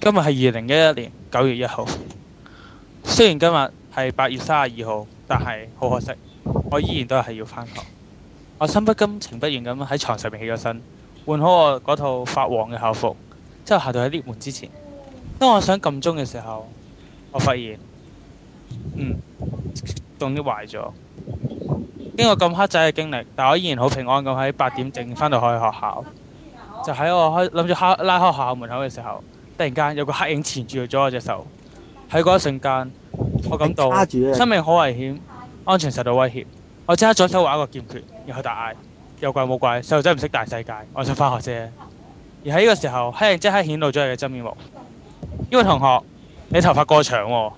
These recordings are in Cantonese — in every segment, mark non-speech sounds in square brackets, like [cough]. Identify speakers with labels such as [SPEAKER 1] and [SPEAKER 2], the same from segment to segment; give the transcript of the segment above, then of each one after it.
[SPEAKER 1] 今日係二零一一年九月一號。雖然今日係八月三十二號，但係好可惜，我依然都係要翻學。我心不甘情不願咁喺床上面起咗身，換好我嗰套發黃嘅校服，之後行到喺 lift 門之前。當我想撳鐘嘅時候，我發現，嗯，仲啲壞咗。經過咁黑仔嘅經歷，但我依然好平安咁喺八點正翻到去學校。就喺我開諗住開拉開學校門口嘅時候，突然間有個黑影纏住咗我隻手。喺嗰一瞬間，我感到
[SPEAKER 2] 卡住咧
[SPEAKER 1] 生命好危險，安全受到威脅。我即刻左手畫一個劍訣，然後大嗌：有怪冇怪，細路仔唔識大世界，我想翻學啫。而喺呢個時候，黑影即刻顯露咗佢嘅真面目。呢位同學，你頭髮過長喎、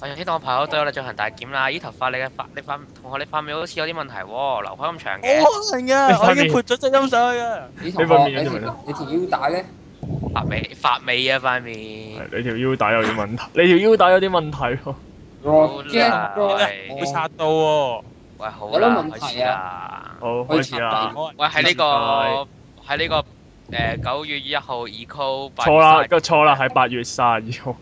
[SPEAKER 3] 頭先當朋友對我哋進行大檢啦，依頭髮你嘅髮，你髮同學你髮尾好似有啲問題喎，留開咁長嘅，
[SPEAKER 1] 冇可能嘅，我已經潑咗隻音上去嘅。
[SPEAKER 4] 你
[SPEAKER 5] 你
[SPEAKER 4] 同
[SPEAKER 5] 份
[SPEAKER 4] 學
[SPEAKER 5] 面
[SPEAKER 4] 你
[SPEAKER 5] 有啲問
[SPEAKER 4] 條你條腰帶咧，
[SPEAKER 3] 髮尾髮尾啊塊面，
[SPEAKER 5] 你條腰帶有啲問題，你條腰帶有啲問題喎。
[SPEAKER 3] 好
[SPEAKER 6] 哦
[SPEAKER 4] 我驚
[SPEAKER 3] 啦
[SPEAKER 4] 咗
[SPEAKER 3] 喂
[SPEAKER 1] 會擦到喎、
[SPEAKER 3] 喂好
[SPEAKER 4] 有
[SPEAKER 3] 啦，
[SPEAKER 4] 啲問
[SPEAKER 3] 開始
[SPEAKER 4] 題
[SPEAKER 3] 啦，
[SPEAKER 5] [laughs] 好，開始啊啦。
[SPEAKER 3] 喂喺呢個喺呢個誒九月一號 Eco 八
[SPEAKER 5] 錯啦，個錯啦，係八月三十二號。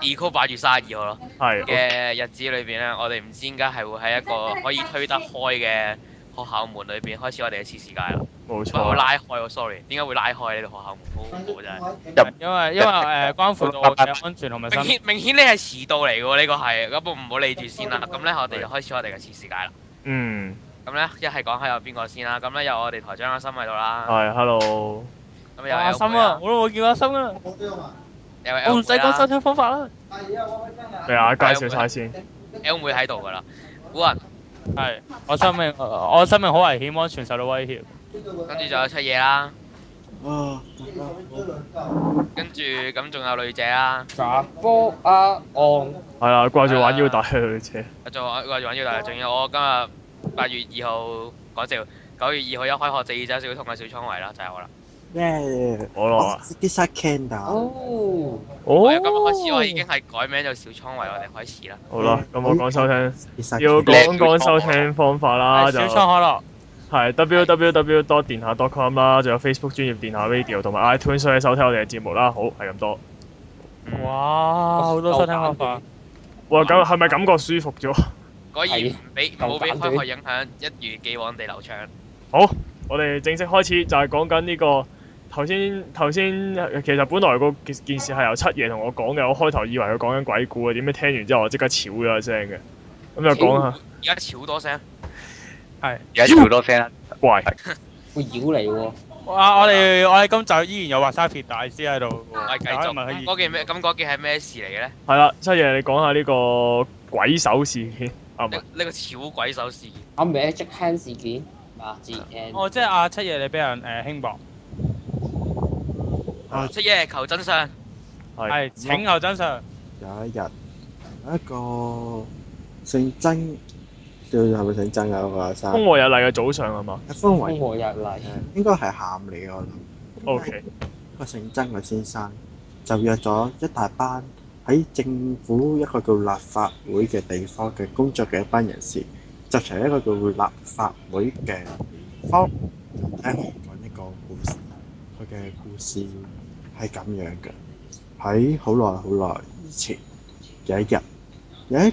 [SPEAKER 3] Eco 八月三十二號咯
[SPEAKER 5] 係，
[SPEAKER 3] 嘅日子裏邊咧，我哋唔知點解係會喺一個可以推得開嘅學校門裏邊開始我哋嘅次世界啦，
[SPEAKER 5] 冇
[SPEAKER 3] 喂我
[SPEAKER 5] 錯啦。
[SPEAKER 3] 拉開喎，sorry，點解會拉開呢個學校門？好恐怖真係。
[SPEAKER 1] 因為因為誒、呃、關乎到我嘅安全同埋生
[SPEAKER 3] 明
[SPEAKER 1] 命。
[SPEAKER 3] 顯明顯你係遲到嚟嘅喎，呢個係咁唔好理住先啦。咁咧我哋就開始我哋嘅次世界啦。
[SPEAKER 5] 嗯，
[SPEAKER 3] 咁咧一係講下有邊個先啦。咁咧有我哋台長阿森喺度啦。
[SPEAKER 5] 係，hello。
[SPEAKER 3] 咁又有
[SPEAKER 1] 阿心
[SPEAKER 3] 妹
[SPEAKER 1] 啊
[SPEAKER 3] 啦，
[SPEAKER 1] 我都冇見過阿心啊，
[SPEAKER 3] 又有 L
[SPEAKER 1] 我唔使
[SPEAKER 3] 妹
[SPEAKER 1] 講收
[SPEAKER 3] 啦
[SPEAKER 1] 聽方法啦。
[SPEAKER 5] 你啊，介紹晒先。
[SPEAKER 3] ，L 妹喺度㗎啦。古人
[SPEAKER 1] 係，我生命呃我生命好危險，安全受到威脅。
[SPEAKER 3] 跟住仲有出嘢啦，
[SPEAKER 2] 啊，
[SPEAKER 3] 跟住咁仲有女仔啦，
[SPEAKER 4] 查波阿昂，
[SPEAKER 5] 係啦，掛住玩腰帶啊嘅女姐。
[SPEAKER 3] 仲有我仲要仲有我今日八月二號講笑，九月二號一開學第二周小痛嘅小倉圍啦，就係我啦。
[SPEAKER 2] 咩？
[SPEAKER 5] 我咯啊。
[SPEAKER 2] 啲 s c a n d a
[SPEAKER 4] 哦，
[SPEAKER 3] 我
[SPEAKER 5] 哦
[SPEAKER 3] 由。今日開始我已經係改名做小倉圍，我哋開始啦。
[SPEAKER 5] 好啦，咁我講收聽，要
[SPEAKER 3] 講
[SPEAKER 5] 講講收聽方法啦，
[SPEAKER 1] 係
[SPEAKER 5] 啊就
[SPEAKER 1] 小倉可樂，
[SPEAKER 5] 係 www dot 電下 dot com 啦，仲有 Facebook 專業電下 radio 同埋 iTunes 可以收聽我哋嘅節目啦。好，係咁多。
[SPEAKER 3] 嗯
[SPEAKER 1] 哇，啊好多收聽方法。
[SPEAKER 5] 哇，咁係咪感覺舒服咗？
[SPEAKER 3] 果然
[SPEAKER 4] 係
[SPEAKER 3] 唔俾唔
[SPEAKER 4] 夠
[SPEAKER 3] 好俾
[SPEAKER 4] 膽
[SPEAKER 3] 開
[SPEAKER 4] 啲
[SPEAKER 3] 學影響，一如既往地流暢。
[SPEAKER 5] 我哋正式開始就係講緊呢個頭先頭先，其實本來個件事係由七爺同我講嘅，我開頭以為佢講緊鬼故啊，點解聽完之後我即刻悄咗一聲嘅，咁就講下，
[SPEAKER 3] 而家超多聲，
[SPEAKER 7] 而家好多聲啦，
[SPEAKER 5] 喂，
[SPEAKER 4] 會擾你喎。
[SPEAKER 1] 哇！啊我哋我哋今集依然有華沙撇大師喺度
[SPEAKER 3] 我
[SPEAKER 1] 喎。
[SPEAKER 3] 係繼
[SPEAKER 1] 有人問佢
[SPEAKER 3] 續。
[SPEAKER 1] 意
[SPEAKER 3] 嗰件咩？咁嗰件係咩事嚟嘅咧？
[SPEAKER 5] 係啦，七爺你講下呢個鬼手事件啊，唔係
[SPEAKER 3] 呢呢個超鬼手事件，
[SPEAKER 4] 阿 Magic Hand 事件啊，自誒，
[SPEAKER 1] 哦，即係阿七爺你俾人誒輕薄，
[SPEAKER 3] 出嘢求真相。
[SPEAKER 5] 係啊
[SPEAKER 1] 係請求真相。
[SPEAKER 2] 有一日，有一個姓曾，叫係咪姓曾啊？嗰個阿生，
[SPEAKER 5] 風和日麗嘅早上係嘛
[SPEAKER 2] 阿方
[SPEAKER 4] 風
[SPEAKER 2] 維
[SPEAKER 4] 和日麗，
[SPEAKER 2] 應該係喊你嘅我諗。
[SPEAKER 1] 嗯
[SPEAKER 5] ？O K，
[SPEAKER 2] 一個姓曾嘅先生就約咗一大班喺政府一個叫立法會嘅地方嘅工作嘅一班人士，集成一個叫立法會嘅地方，就聽佢講一個故事。佢嘅故事係咁樣嘅：喺好耐好耐以前，有一日有一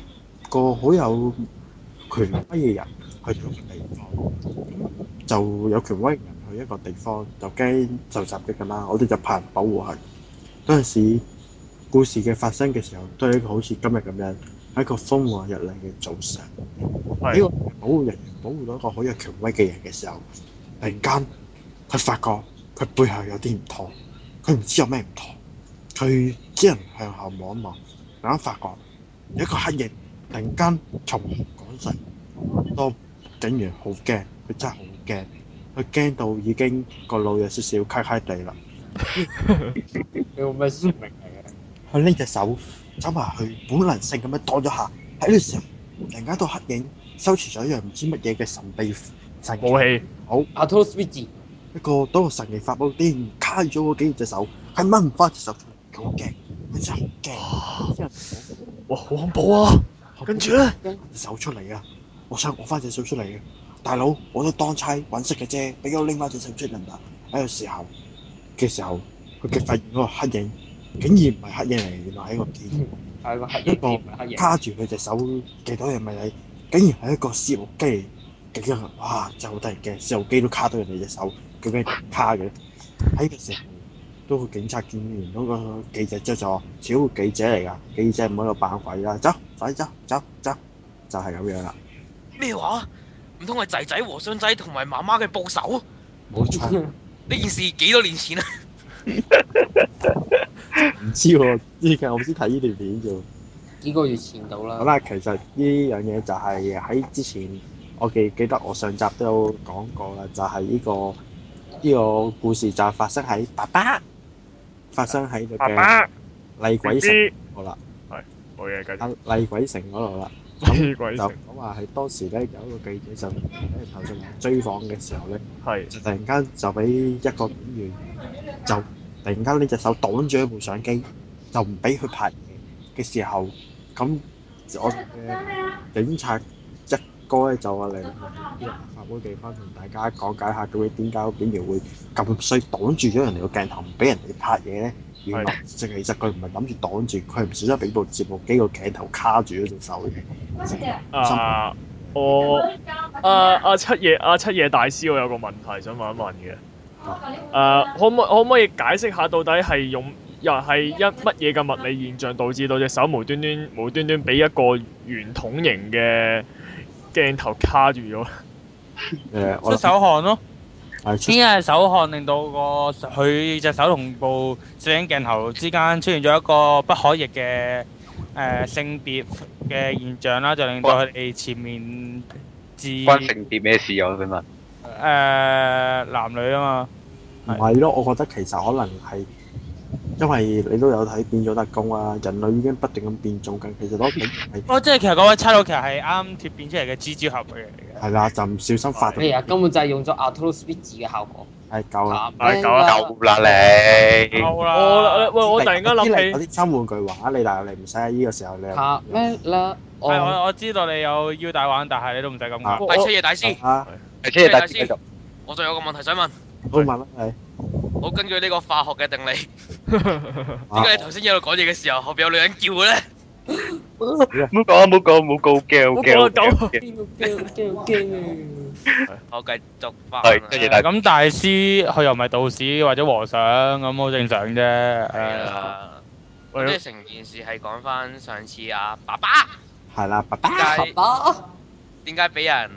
[SPEAKER 2] 個好有權威嘅人去咗個地方。就有權威人去一個地方，就驚受襲擊㗎啦。我哋就派人保護佢。嗰陣時，故事嘅發生嘅時候，都係一個好似今日咁樣，係一個風和日麗嘅早上。呢個
[SPEAKER 5] 係
[SPEAKER 2] 保護人員保護到一個好有權威嘅人嘅時候，突然間佢發覺佢背後有啲唔妥，佢唔知有咩唔妥，佢只能向後望一望，突然間發覺有一個黑影突然間從趕上，當警員好驚，佢真係好驚，佢驚到已經個腦有少少卡卡地啦。
[SPEAKER 4] 你會唔會説明嚟嘅？
[SPEAKER 2] 佢拎隻手走埋去，本能性咁樣擋咗下。喺呢個時候，突然間到黑影收持咗一樣唔知乜嘢嘅神秘神
[SPEAKER 5] 武器
[SPEAKER 4] 阿 t o s w i t c
[SPEAKER 2] 一個當個神奇法寶竟然卡住咗嗰幾隻手，係掹唔翻隻手，佢好驚，佢真係好驚。
[SPEAKER 5] 哇，好恐怖啊！跟住咧，
[SPEAKER 2] 隻手出嚟啊！我想攞翻隻手出嚟嘅，大佬我都當差揾食嘅啫，俾我拎翻隻手出嚟唔得。喺個時候，嘅時候，佢嘅發現嗰個黑影竟然唔係黑影嚟，原來係一個記憶。
[SPEAKER 6] 係個黑影唔係黑影，
[SPEAKER 2] 卡住佢隻手幾多嘢咪你，竟然係一個攝錄機，幾多人哇就好得人驚，攝錄機都卡到人哋隻手，究竟係點卡嘅？喺個時候，都個警察見完嗰個記者之後就話：，超記者嚟㗎，記者唔好喺度扮鬼啦，走，快走，走，走，就係、咁樣啦。
[SPEAKER 3] 咩話？唔通係仔仔和尚仔同埋媽媽嘅報仇？
[SPEAKER 2] 冇錯，
[SPEAKER 3] 呢件事幾多年前啊？
[SPEAKER 2] 唔知喎，呢個我先睇呢條片啫喎。
[SPEAKER 6] [laughs] 幾個月前到啦
[SPEAKER 2] 好。啦，啊其實呢樣嘢就係喺之前，我記記得我上集都有講過啦，就係、呢、個呢、個故事就係發生喺爸爸，發生喺佢
[SPEAKER 5] 爸
[SPEAKER 2] 嘅
[SPEAKER 5] 爸
[SPEAKER 2] 厲鬼城
[SPEAKER 5] BB
[SPEAKER 2] 嗰度啦，
[SPEAKER 5] 冇嘢繼續。
[SPEAKER 2] 喺厲鬼城嗰度啦，
[SPEAKER 5] 呢鬼
[SPEAKER 2] 就
[SPEAKER 5] 城
[SPEAKER 2] 講話係當時咧有一個記者就喺頭上追訪嘅時候咧，
[SPEAKER 5] 係
[SPEAKER 2] 就突然間就俾一個警員就突然間呢隻手擋住一部相機，就唔俾佢拍嘢嘅時候，咁我嘅。警察一哥咧就話嚟立法會地方同大家講解下，究竟點解個警員會咁衰擋住咗人哋個鏡頭，唔俾人哋拍嘢咧？原來其實佢唔係諗住擋住，佢係唔小心俾部節目機個鏡頭卡住咗隻手嘅。
[SPEAKER 5] 啊，我啊啊七夜啊七夜大師，我有個問題想問一問嘅。誒、可唔可可唔可以解釋下到底係用又係一乜嘢嘅物理現象導致到隻手無端端無端端俾一個圓筒形嘅鏡頭卡住咗？
[SPEAKER 2] 誒，
[SPEAKER 1] 出
[SPEAKER 2] 我
[SPEAKER 1] 手汗咯，
[SPEAKER 2] 係出
[SPEAKER 1] 應該係手汗令到個佢隻手同部攝影鏡頭之間出現咗一個不可逆嘅誒、呃性別嘅現象啦，就令到佢哋前面自
[SPEAKER 7] 關
[SPEAKER 1] 誒、
[SPEAKER 7] 性別咩事啊？我想問。
[SPEAKER 1] 呃男女啊嘛，
[SPEAKER 2] 唔係咯，我覺得其實可能係因為你都有睇變咗特工啊，人類已經不斷咁變種緊，其實都係
[SPEAKER 1] 哦，即係其實嗰位差佬其實係啱貼變出嚟嘅蜘蛛俠嚟嘅，
[SPEAKER 2] 係啦，就唔小心發到
[SPEAKER 6] 咩啊？根本就係用咗 Auto Switch 嘅效果。
[SPEAKER 2] 哦係夠啦。
[SPEAKER 5] 係夠啦
[SPEAKER 7] 夠啦你，
[SPEAKER 1] 夠
[SPEAKER 5] 我
[SPEAKER 1] 啦，
[SPEAKER 5] 喂，我突然間
[SPEAKER 2] 嗰
[SPEAKER 5] 諗起，
[SPEAKER 2] 啲新玩具玩你，但係你唔使喺呢個時候你又
[SPEAKER 6] 嚇咩啦？
[SPEAKER 1] 係
[SPEAKER 6] 哦，
[SPEAKER 1] 我我知道你有腰帶玩，但係你都唔使咁
[SPEAKER 2] 啊
[SPEAKER 1] 講。
[SPEAKER 3] 第七嘢大師，
[SPEAKER 2] 啊，
[SPEAKER 7] 係車大師繼續。
[SPEAKER 3] 我仲有個問題想問。
[SPEAKER 2] 好問啦你。
[SPEAKER 3] 好根據呢個化學嘅定理，點
[SPEAKER 2] 啊
[SPEAKER 3] 解你頭先一路講嘢嘅時候後邊有女人叫嘅咧？
[SPEAKER 7] 唔好講啊，唔好講，唔好講，好驚，好驚，好驚好驚。
[SPEAKER 6] 驚驚驚驚
[SPEAKER 1] [laughs]
[SPEAKER 6] 啊！
[SPEAKER 3] 我繼續翻。
[SPEAKER 7] 係七夜大師
[SPEAKER 1] 咁大師佢又唔係道士或者和尚，咁好正常啫。
[SPEAKER 3] 係
[SPEAKER 1] 誒，
[SPEAKER 3] 啦。
[SPEAKER 5] 喂
[SPEAKER 3] 即係成件事係講翻上次啊，爸爸
[SPEAKER 2] 係啦，爸爸
[SPEAKER 3] 點解
[SPEAKER 6] 爸
[SPEAKER 3] 點解俾人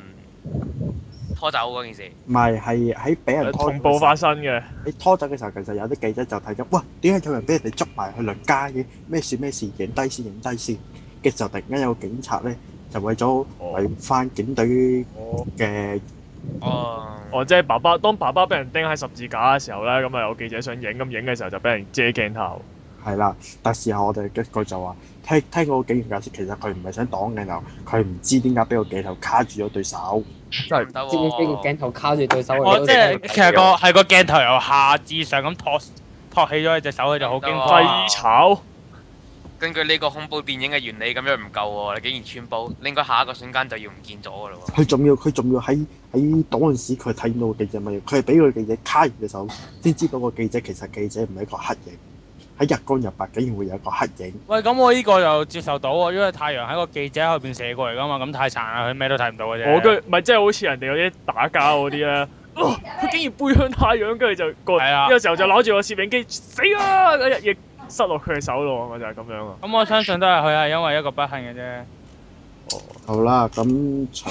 [SPEAKER 3] 拖走嗰件事？
[SPEAKER 2] 唔係係喺俾人拖走嘅時候
[SPEAKER 5] 同步發生嘅。
[SPEAKER 2] 你拖走嘅時候，其實有啲記者就睇咗，哇！點解有人俾人哋捉埋去輪街嘅？咩事咩事？影低先，影低先。嘅時候突然間有個警察咧，就為咗維翻警隊
[SPEAKER 5] 我
[SPEAKER 2] 嘅
[SPEAKER 3] 哦，
[SPEAKER 5] 我即係爸爸，當爸爸俾人釘喺十字架嘅時候咧，咁啊有記者想影，咁影嘅時候就俾人遮鏡頭。
[SPEAKER 2] 係啦，但事後我哋一句就話，聽聽個警員解釋，其實佢唔係想擋鏡頭，佢唔知點解俾個鏡頭卡住咗對手。
[SPEAKER 5] 真
[SPEAKER 3] 唔得
[SPEAKER 6] 知唔知俾個
[SPEAKER 3] 喎。
[SPEAKER 6] 鏡頭卡住對手嚟
[SPEAKER 1] 我
[SPEAKER 6] 到
[SPEAKER 1] 哦即係其實個係個鏡頭由下至上咁托托起咗佢隻手，佢就好驚
[SPEAKER 3] 哇
[SPEAKER 1] 慌。
[SPEAKER 5] 廢炒。
[SPEAKER 3] 根據呢個恐怖電影嘅原理，咁樣唔夠喎，你竟然穿煲，你應該下一個瞬間就要唔見咗㗎嘞喎。
[SPEAKER 2] 佢仲要佢仲要喺喺嗰陣時佢睇到個記者咪，佢係俾個記者卡完隻手，先知道個記者其實記者唔係一個黑影，喺日光日白竟然會有一個黑影。
[SPEAKER 1] 喂，咁我呢個又接受到喎，因為太陽喺個記者後邊射過嚟噶嘛，咁太殘啊啦，佢咩都睇唔到嘅啫。
[SPEAKER 5] 我跟唔係即係好似人哋嗰啲打交嗰啲
[SPEAKER 1] [laughs]
[SPEAKER 5] 咧，哦佢竟然背向太陽，跟住就個
[SPEAKER 1] 係啊
[SPEAKER 5] 呢個時候就攞住個攝影機死啊！嗰日亦塞落佢嘅手度，我就係咁樣啊！
[SPEAKER 1] 咁我相信都係佢係因為一個不幸嘅啫。
[SPEAKER 2] 好啦，咁除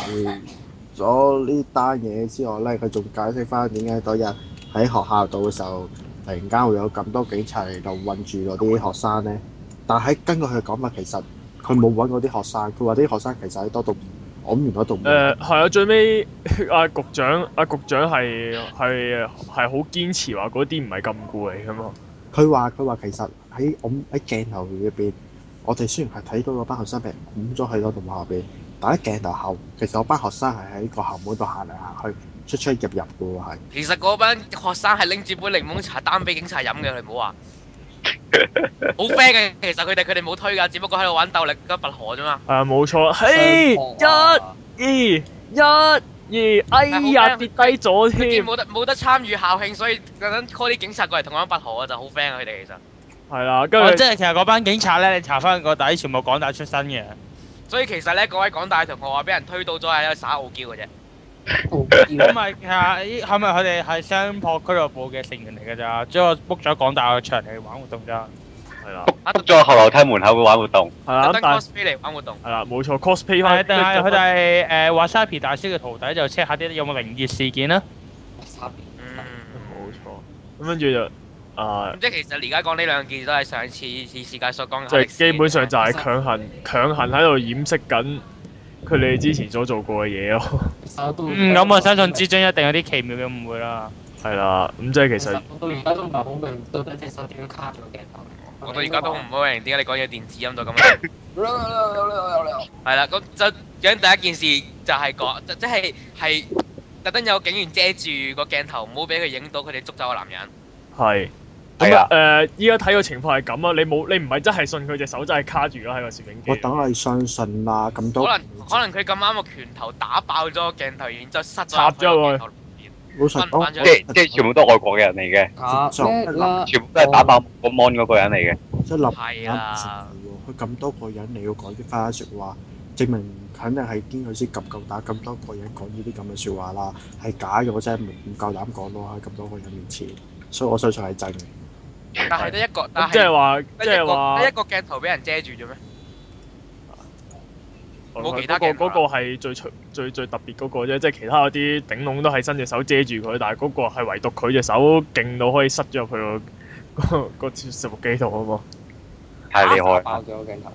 [SPEAKER 2] 咗呢單嘢之外咧，佢仲解釋翻點解嗰日喺學校度嘅時候，突然間會有咁多警察嚟到困住嗰啲學生咧。但喺根據佢嘅講法，其實佢冇揾嗰啲學生，佢話啲學生其實喺多度我唔完嗰度。
[SPEAKER 1] 嗯
[SPEAKER 5] 誒係啊，最尾阿局長阿局長係係係好堅持話嗰啲唔係禁固嚟噶嘛，
[SPEAKER 2] 佢話佢話其實喺我喺鏡頭裏邊，我哋雖然係睇到嗰班學生俾人拱咗去嗰度後邊，但喺鏡頭後，其實嗰班學生係喺個後門度行嚟行去，出出入入嘅喎係。
[SPEAKER 3] 其實嗰班學生係拎住杯檸檬茶單俾警察飲嘅，你唔好話。
[SPEAKER 5] [laughs]
[SPEAKER 3] 好 friend 嘅，其實佢哋佢哋冇推㗎，只不過喺度
[SPEAKER 5] [laughs]
[SPEAKER 3] 玩鬥力跟拔河啫嘛。
[SPEAKER 5] 係啊冇錯，嘿一
[SPEAKER 6] 一
[SPEAKER 5] 二一咦，哎呀，跌低
[SPEAKER 3] 佢
[SPEAKER 5] 咗
[SPEAKER 3] 見
[SPEAKER 5] 添，
[SPEAKER 3] 冇得冇得參與校慶，所以特登 call 啲警察過嚟同我講不可啊，就好 friend 啊佢哋其實。
[SPEAKER 5] 係啦，
[SPEAKER 1] 哦，
[SPEAKER 5] 跟
[SPEAKER 1] 即
[SPEAKER 5] 住
[SPEAKER 1] 係其實嗰班警察咧，你查翻個底，全部港大出身
[SPEAKER 5] [laughs]
[SPEAKER 1] 嘅。
[SPEAKER 3] 所以其實咧，各位港大同學話俾人推到咗係喺度耍傲嬌嘅啫。
[SPEAKER 6] 好
[SPEAKER 1] 咁
[SPEAKER 6] 叫
[SPEAKER 1] 咪其實係咪佢哋係商破俱樂部嘅成員嚟㗎咋？只我 book 咗港大嘅場嚟玩活動咋。
[SPEAKER 5] 係啦，
[SPEAKER 3] 啊，特
[SPEAKER 7] 捉咗後樓梯門口嘅玩活動，
[SPEAKER 5] 係啦，
[SPEAKER 3] 特登
[SPEAKER 5] 咁啊但係
[SPEAKER 3] cosplay 嚟玩活動。
[SPEAKER 5] 係啦，冇錯，cosplay
[SPEAKER 1] 係，
[SPEAKER 5] 翻，
[SPEAKER 1] 定係佢哋誒 Wasabi 大師嘅徒弟就 check 下啲有冇靈異事件啊啦。
[SPEAKER 6] 差別。
[SPEAKER 3] 嗯，
[SPEAKER 5] 冇錯，咁跟住就啊，
[SPEAKER 3] 咁即係其實而家講呢兩件事都係上次次世界所講嘅
[SPEAKER 5] 即
[SPEAKER 3] 黑
[SPEAKER 5] 係
[SPEAKER 3] 歷史
[SPEAKER 5] 基本上就係強行強行喺度掩飾緊佢哋之前所做過嘅嘢咯， [laughs]
[SPEAKER 1] 嗯，咁我相信之中一定有啲奇妙嘅誤會啦。
[SPEAKER 5] 係啦，咁即係
[SPEAKER 6] 其
[SPEAKER 5] 其實
[SPEAKER 6] 實我到而家都唔係好明，到底隻手點樣卡住個鏡頭。
[SPEAKER 3] 我到而家都唔好明點解你講嘢電子音到咁樣。係啦，咁就咁第一件事就係講，即即係係特登有警員遮住個鏡頭，唔好俾佢影到佢哋捉走個男人。
[SPEAKER 5] 係。
[SPEAKER 7] 係
[SPEAKER 5] 咁啊
[SPEAKER 7] 啦，
[SPEAKER 5] 誒，依家睇個情況係咁啊，你冇你唔係真係信佢隻手真係卡住啦喺個攝影機
[SPEAKER 2] 我
[SPEAKER 5] 度，
[SPEAKER 2] 等你相信啦，咁
[SPEAKER 3] 可
[SPEAKER 2] 都
[SPEAKER 3] 能可能佢咁啱個拳頭打爆咗個鏡頭，然之後塞
[SPEAKER 5] 插咗
[SPEAKER 3] 入去
[SPEAKER 5] 入
[SPEAKER 3] 個鏡
[SPEAKER 5] 去
[SPEAKER 3] 頭裏面。
[SPEAKER 2] 老實
[SPEAKER 3] 分
[SPEAKER 2] 講，
[SPEAKER 3] 分
[SPEAKER 7] 即
[SPEAKER 3] 咗
[SPEAKER 7] 係即係全部都外國嘅人嚟嘅，
[SPEAKER 6] 卡咩啦？
[SPEAKER 7] 全部都係打爆個 mon 嗰個人嚟嘅。
[SPEAKER 2] 一立
[SPEAKER 3] 係
[SPEAKER 2] 啊
[SPEAKER 3] 啊！
[SPEAKER 2] 佢咁多個人，你要講啲花説話，證明肯定係堅佢先咁夠膽咁多個人講呢啲咁嘅説話啦，係假嘅，我真係唔唔夠膽講咯喺咁多個人面前，所以我相信係真嘅。
[SPEAKER 3] 但係得一個，但
[SPEAKER 5] 咁即係
[SPEAKER 3] 係
[SPEAKER 5] 話即
[SPEAKER 3] 得一
[SPEAKER 5] 係
[SPEAKER 3] 個
[SPEAKER 5] 話
[SPEAKER 3] 得一個鏡頭俾人遮住啫咩？冇其他
[SPEAKER 5] 哦嗰
[SPEAKER 3] 鏡
[SPEAKER 5] 個
[SPEAKER 3] 頭
[SPEAKER 5] 嗰
[SPEAKER 3] 啦
[SPEAKER 5] 個係最出最最特別嗰個啫，即係其他嗰啲頂籠都係伸隻手遮住佢，但係嗰個係唯獨佢隻手勁到可以塞咗入去個個 [laughs] 個攝錄機度啊嘛。
[SPEAKER 7] 太厲害
[SPEAKER 6] 爆
[SPEAKER 7] 啦！
[SPEAKER 6] 咗個鏡頭。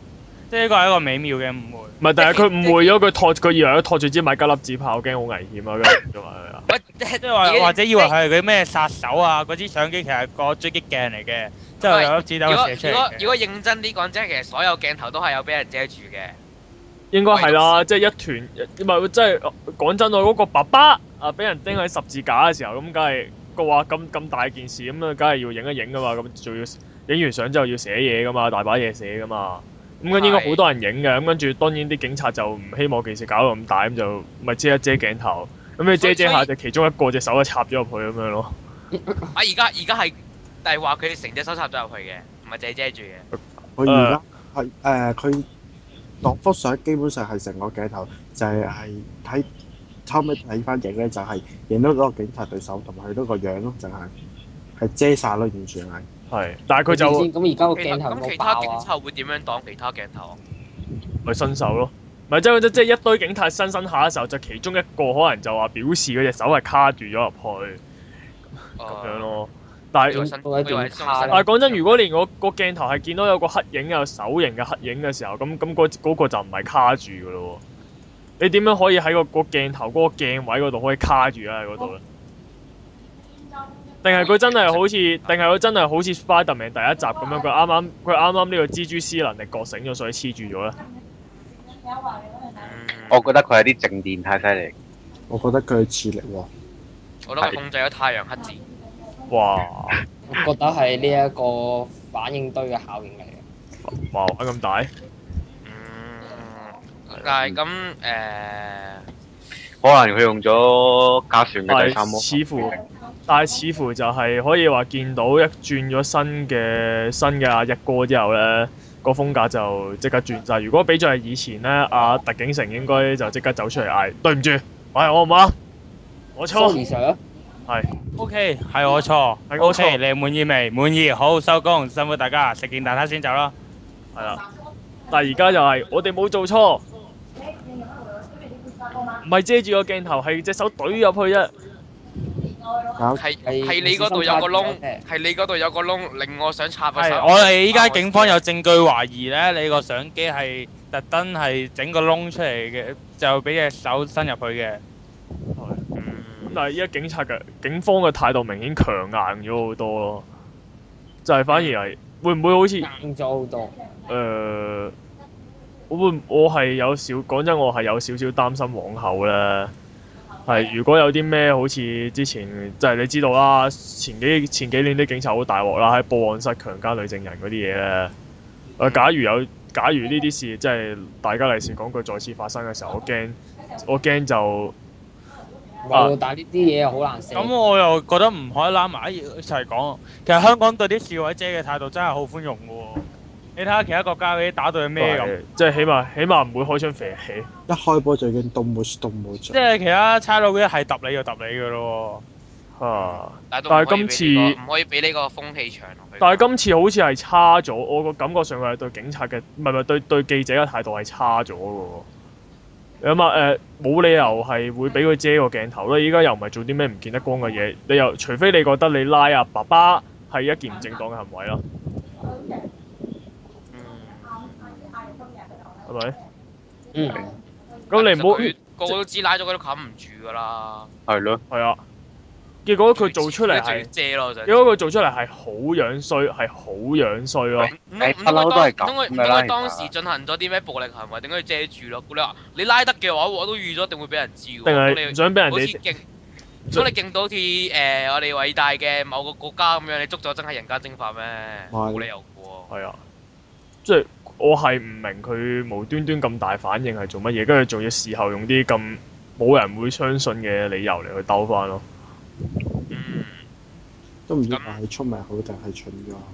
[SPEAKER 1] 即係呢個係一個美妙嘅誤會。
[SPEAKER 5] 唔係，但係佢誤會咗佢托，佢以為佢托住支米加粒子炮，驚好危險啊！
[SPEAKER 3] [laughs]
[SPEAKER 5] 跟住就話係啊
[SPEAKER 3] 喂，即
[SPEAKER 1] 即係話
[SPEAKER 3] 係
[SPEAKER 1] 或者以為佢係嗰啲咩殺手啊，嗰支相機其實係個狙擊鏡嚟嘅，之後有粒子
[SPEAKER 3] 如
[SPEAKER 1] 彈
[SPEAKER 3] 果
[SPEAKER 1] 射出
[SPEAKER 3] 如果
[SPEAKER 1] 嚟
[SPEAKER 3] 如
[SPEAKER 1] 嘅。
[SPEAKER 3] 果認真啲講，即係其實所有鏡頭都係有俾人遮住嘅。
[SPEAKER 5] 應該係啦，即係一團，唔係即係呃講真，我嗰個爸爸啊，俾人釘喺十字架嘅時候，咁梗係個話咁咁大件事，咁啊，梗係要影一影噶嘛，咁仲要影完相之後要寫嘢噶嘛，大把嘢寫噶嘛，咁跟應該好多人影嘅，咁跟住當然啲警察就唔希望件事搞到咁大，咁就咪遮一遮鏡頭，咁你遮遮下
[SPEAKER 3] 所以
[SPEAKER 5] 就其中一個隻手就插咗入去咁樣咯，
[SPEAKER 3] 啊，而家而家係但係話佢哋成隻手插咗入去嘅，唔係淨係遮住嘅。
[SPEAKER 2] 佢而家係誒，佢落幅相基本上係成個鏡頭，就係係睇後尾睇翻影咧，就係影到嗰個警察對手同埋佢嗰個樣咯，就係係遮晒咯，完全係。
[SPEAKER 5] 係，但係佢就
[SPEAKER 6] 咁而家個
[SPEAKER 3] 其他
[SPEAKER 6] 鏡頭
[SPEAKER 3] 咁
[SPEAKER 6] 冇
[SPEAKER 3] 其
[SPEAKER 6] 爆
[SPEAKER 3] 他警
[SPEAKER 6] 啊！
[SPEAKER 3] 察會點樣擋其他鏡頭啊？
[SPEAKER 5] 咪伸手咯。咪即係即係一堆警察伸伸下嘅時候，就其中一個可能就話表示嗰隻手係卡住咗入去。咁樣咯。哎但
[SPEAKER 3] 呢個
[SPEAKER 5] 係
[SPEAKER 3] 新，呢
[SPEAKER 6] 我
[SPEAKER 3] 個
[SPEAKER 6] 一定要
[SPEAKER 3] 係新
[SPEAKER 6] 卡
[SPEAKER 5] 但係講真，如果連我個鏡頭係見到有個黑影有手型嘅黑影嘅時候，咁咁嗰嗰個就唔係卡住嘅咯喎。你點樣可以喺個個鏡頭嗰個鏡位嗰度可以卡住啊？喺嗰度咧？定係佢真係好似，定係佢真係好似 Spiderman 第一集咁樣，佢啱啱佢啱啱呢個蜘蛛絲能力覺醒咗，所以黐住咗咧。
[SPEAKER 3] 嗯
[SPEAKER 7] 我覺得佢係啲靜電太犀利，
[SPEAKER 2] 我覺得佢似力喎，
[SPEAKER 3] 我都係控制咗太陽黑子，
[SPEAKER 5] 哇！
[SPEAKER 6] 我覺得係呢一個反應堆嘅效應嚟嘅。
[SPEAKER 5] 哇！玩咁大，
[SPEAKER 3] 嗯，但係咁誒，
[SPEAKER 7] 可能佢用咗加船
[SPEAKER 5] 但
[SPEAKER 7] 嘅第三魔
[SPEAKER 5] 係似乎，但係似乎就係可以話見到一轉咗新嘅新嘅阿一哥之後咧，個風格就即刻轉晒。如果比在以前咧，阿、特警城應該就即刻走出嚟嗌對唔住，喂我唔啱，我錯
[SPEAKER 6] Sorry sir，
[SPEAKER 5] 係
[SPEAKER 1] O K，係我錯。
[SPEAKER 5] 係我
[SPEAKER 1] O
[SPEAKER 5] 錯
[SPEAKER 1] K，你滿意未？滿意，好收工，辛苦大家，食件蛋撻先走啦。
[SPEAKER 5] 係啦。但係而家就係、我哋冇做錯，唔係遮住個鏡頭，係隻手懟入去啫。
[SPEAKER 2] 搞
[SPEAKER 3] 係係你嗰度有個窿，係你嗰度有個窿，令我想插個手。
[SPEAKER 1] 係，我哋依家警方有證據懷疑咧，你個相機係特登係整個窿出嚟嘅，就俾隻手伸入去嘅。
[SPEAKER 5] 咁
[SPEAKER 3] 嗯。
[SPEAKER 5] 但係依家警察嘅警方嘅態度明顯強硬咗好多咯，就係、反而係會唔會好似？
[SPEAKER 6] 硬咗好多。
[SPEAKER 5] 誒、我呃會唔我係有少講真，我係有少少擔心往後咧。
[SPEAKER 1] 啊
[SPEAKER 5] 係如果有啲咩好似之前，即係你知道啦，前幾前幾年啲警察好大鑊啦，喺報案室強姦女證人嗰啲嘢咧。誒、假如有假如呢啲事，即係大家嚟時講句再次發生嘅時候，我驚我驚就
[SPEAKER 6] 冇，但呢啲嘢好難寫。
[SPEAKER 1] 咁我又覺得唔可以攬埋一齊講。其實香港對啲示威者嘅態度真係好寬容嘅喎。你睇下其他國家嗰啲打到係咩咁，
[SPEAKER 5] 係即係起碼起碼唔會開槍射起。
[SPEAKER 2] 一開波就已經凍沒凍沒
[SPEAKER 1] 即
[SPEAKER 2] 咗，
[SPEAKER 1] 係其他差佬嗰啲係揼你就揼你嘅咯
[SPEAKER 5] 啊！
[SPEAKER 3] 但係都唔
[SPEAKER 5] 但係
[SPEAKER 3] 可以
[SPEAKER 5] 今
[SPEAKER 3] 俾
[SPEAKER 5] 次
[SPEAKER 3] 呢個唔可以俾呢個風氣場落去。
[SPEAKER 5] 但係今次好似係差咗，我個感覺上佢係對警察嘅，唔係唔係對對記者嘅態度係差咗嘅喎。你諗下誒，呃冇、理由係會俾佢遮個鏡頭啦。依家又唔係做啲咩唔見得光嘅嘢，你又除非你覺得你拉阿爸爸係一件唔正當嘅行為啦，
[SPEAKER 3] 嗯
[SPEAKER 5] 係咪？
[SPEAKER 6] 嗯，
[SPEAKER 5] 咁你唔好
[SPEAKER 3] 其實佢個個都知拉咗佢都冚唔住㗎啦。
[SPEAKER 7] 係咯，
[SPEAKER 5] 係啊。結果佢做出嚟
[SPEAKER 3] 佢最
[SPEAKER 5] 係，
[SPEAKER 3] 遮咯，就係
[SPEAKER 5] 結果佢做出嚟係好樣衰，係好樣衰咯。
[SPEAKER 3] 唔
[SPEAKER 7] 誒
[SPEAKER 3] 通
[SPEAKER 7] 不嬲都係咁
[SPEAKER 3] 唔通佢唔
[SPEAKER 7] 㗎
[SPEAKER 3] 通
[SPEAKER 7] 啦
[SPEAKER 3] 佢
[SPEAKER 7] 其實
[SPEAKER 3] 當時進行咗啲咩暴力行為，點解要遮住咯？你話你拉得嘅話，我都預咗一定會俾人知喎。
[SPEAKER 5] 定
[SPEAKER 3] 咁
[SPEAKER 5] 係
[SPEAKER 3] 你
[SPEAKER 5] 唔想俾人
[SPEAKER 3] 好似
[SPEAKER 5] 哋
[SPEAKER 3] 勁，咁你勁到好似誒我哋偉大嘅某個國家咁樣，你捉咗真係人間蒸發咩？
[SPEAKER 2] 係
[SPEAKER 3] 冇理由嘅喎。
[SPEAKER 5] 係啊，即係我係唔明佢無端端咁大反應係做乜嘢，跟住仲要事後用啲咁冇人會相信嘅理由嚟去兜翻咯。
[SPEAKER 3] 嗯，
[SPEAKER 2] 都唔知
[SPEAKER 3] 咁
[SPEAKER 2] 話係聰明好定係蠢咗。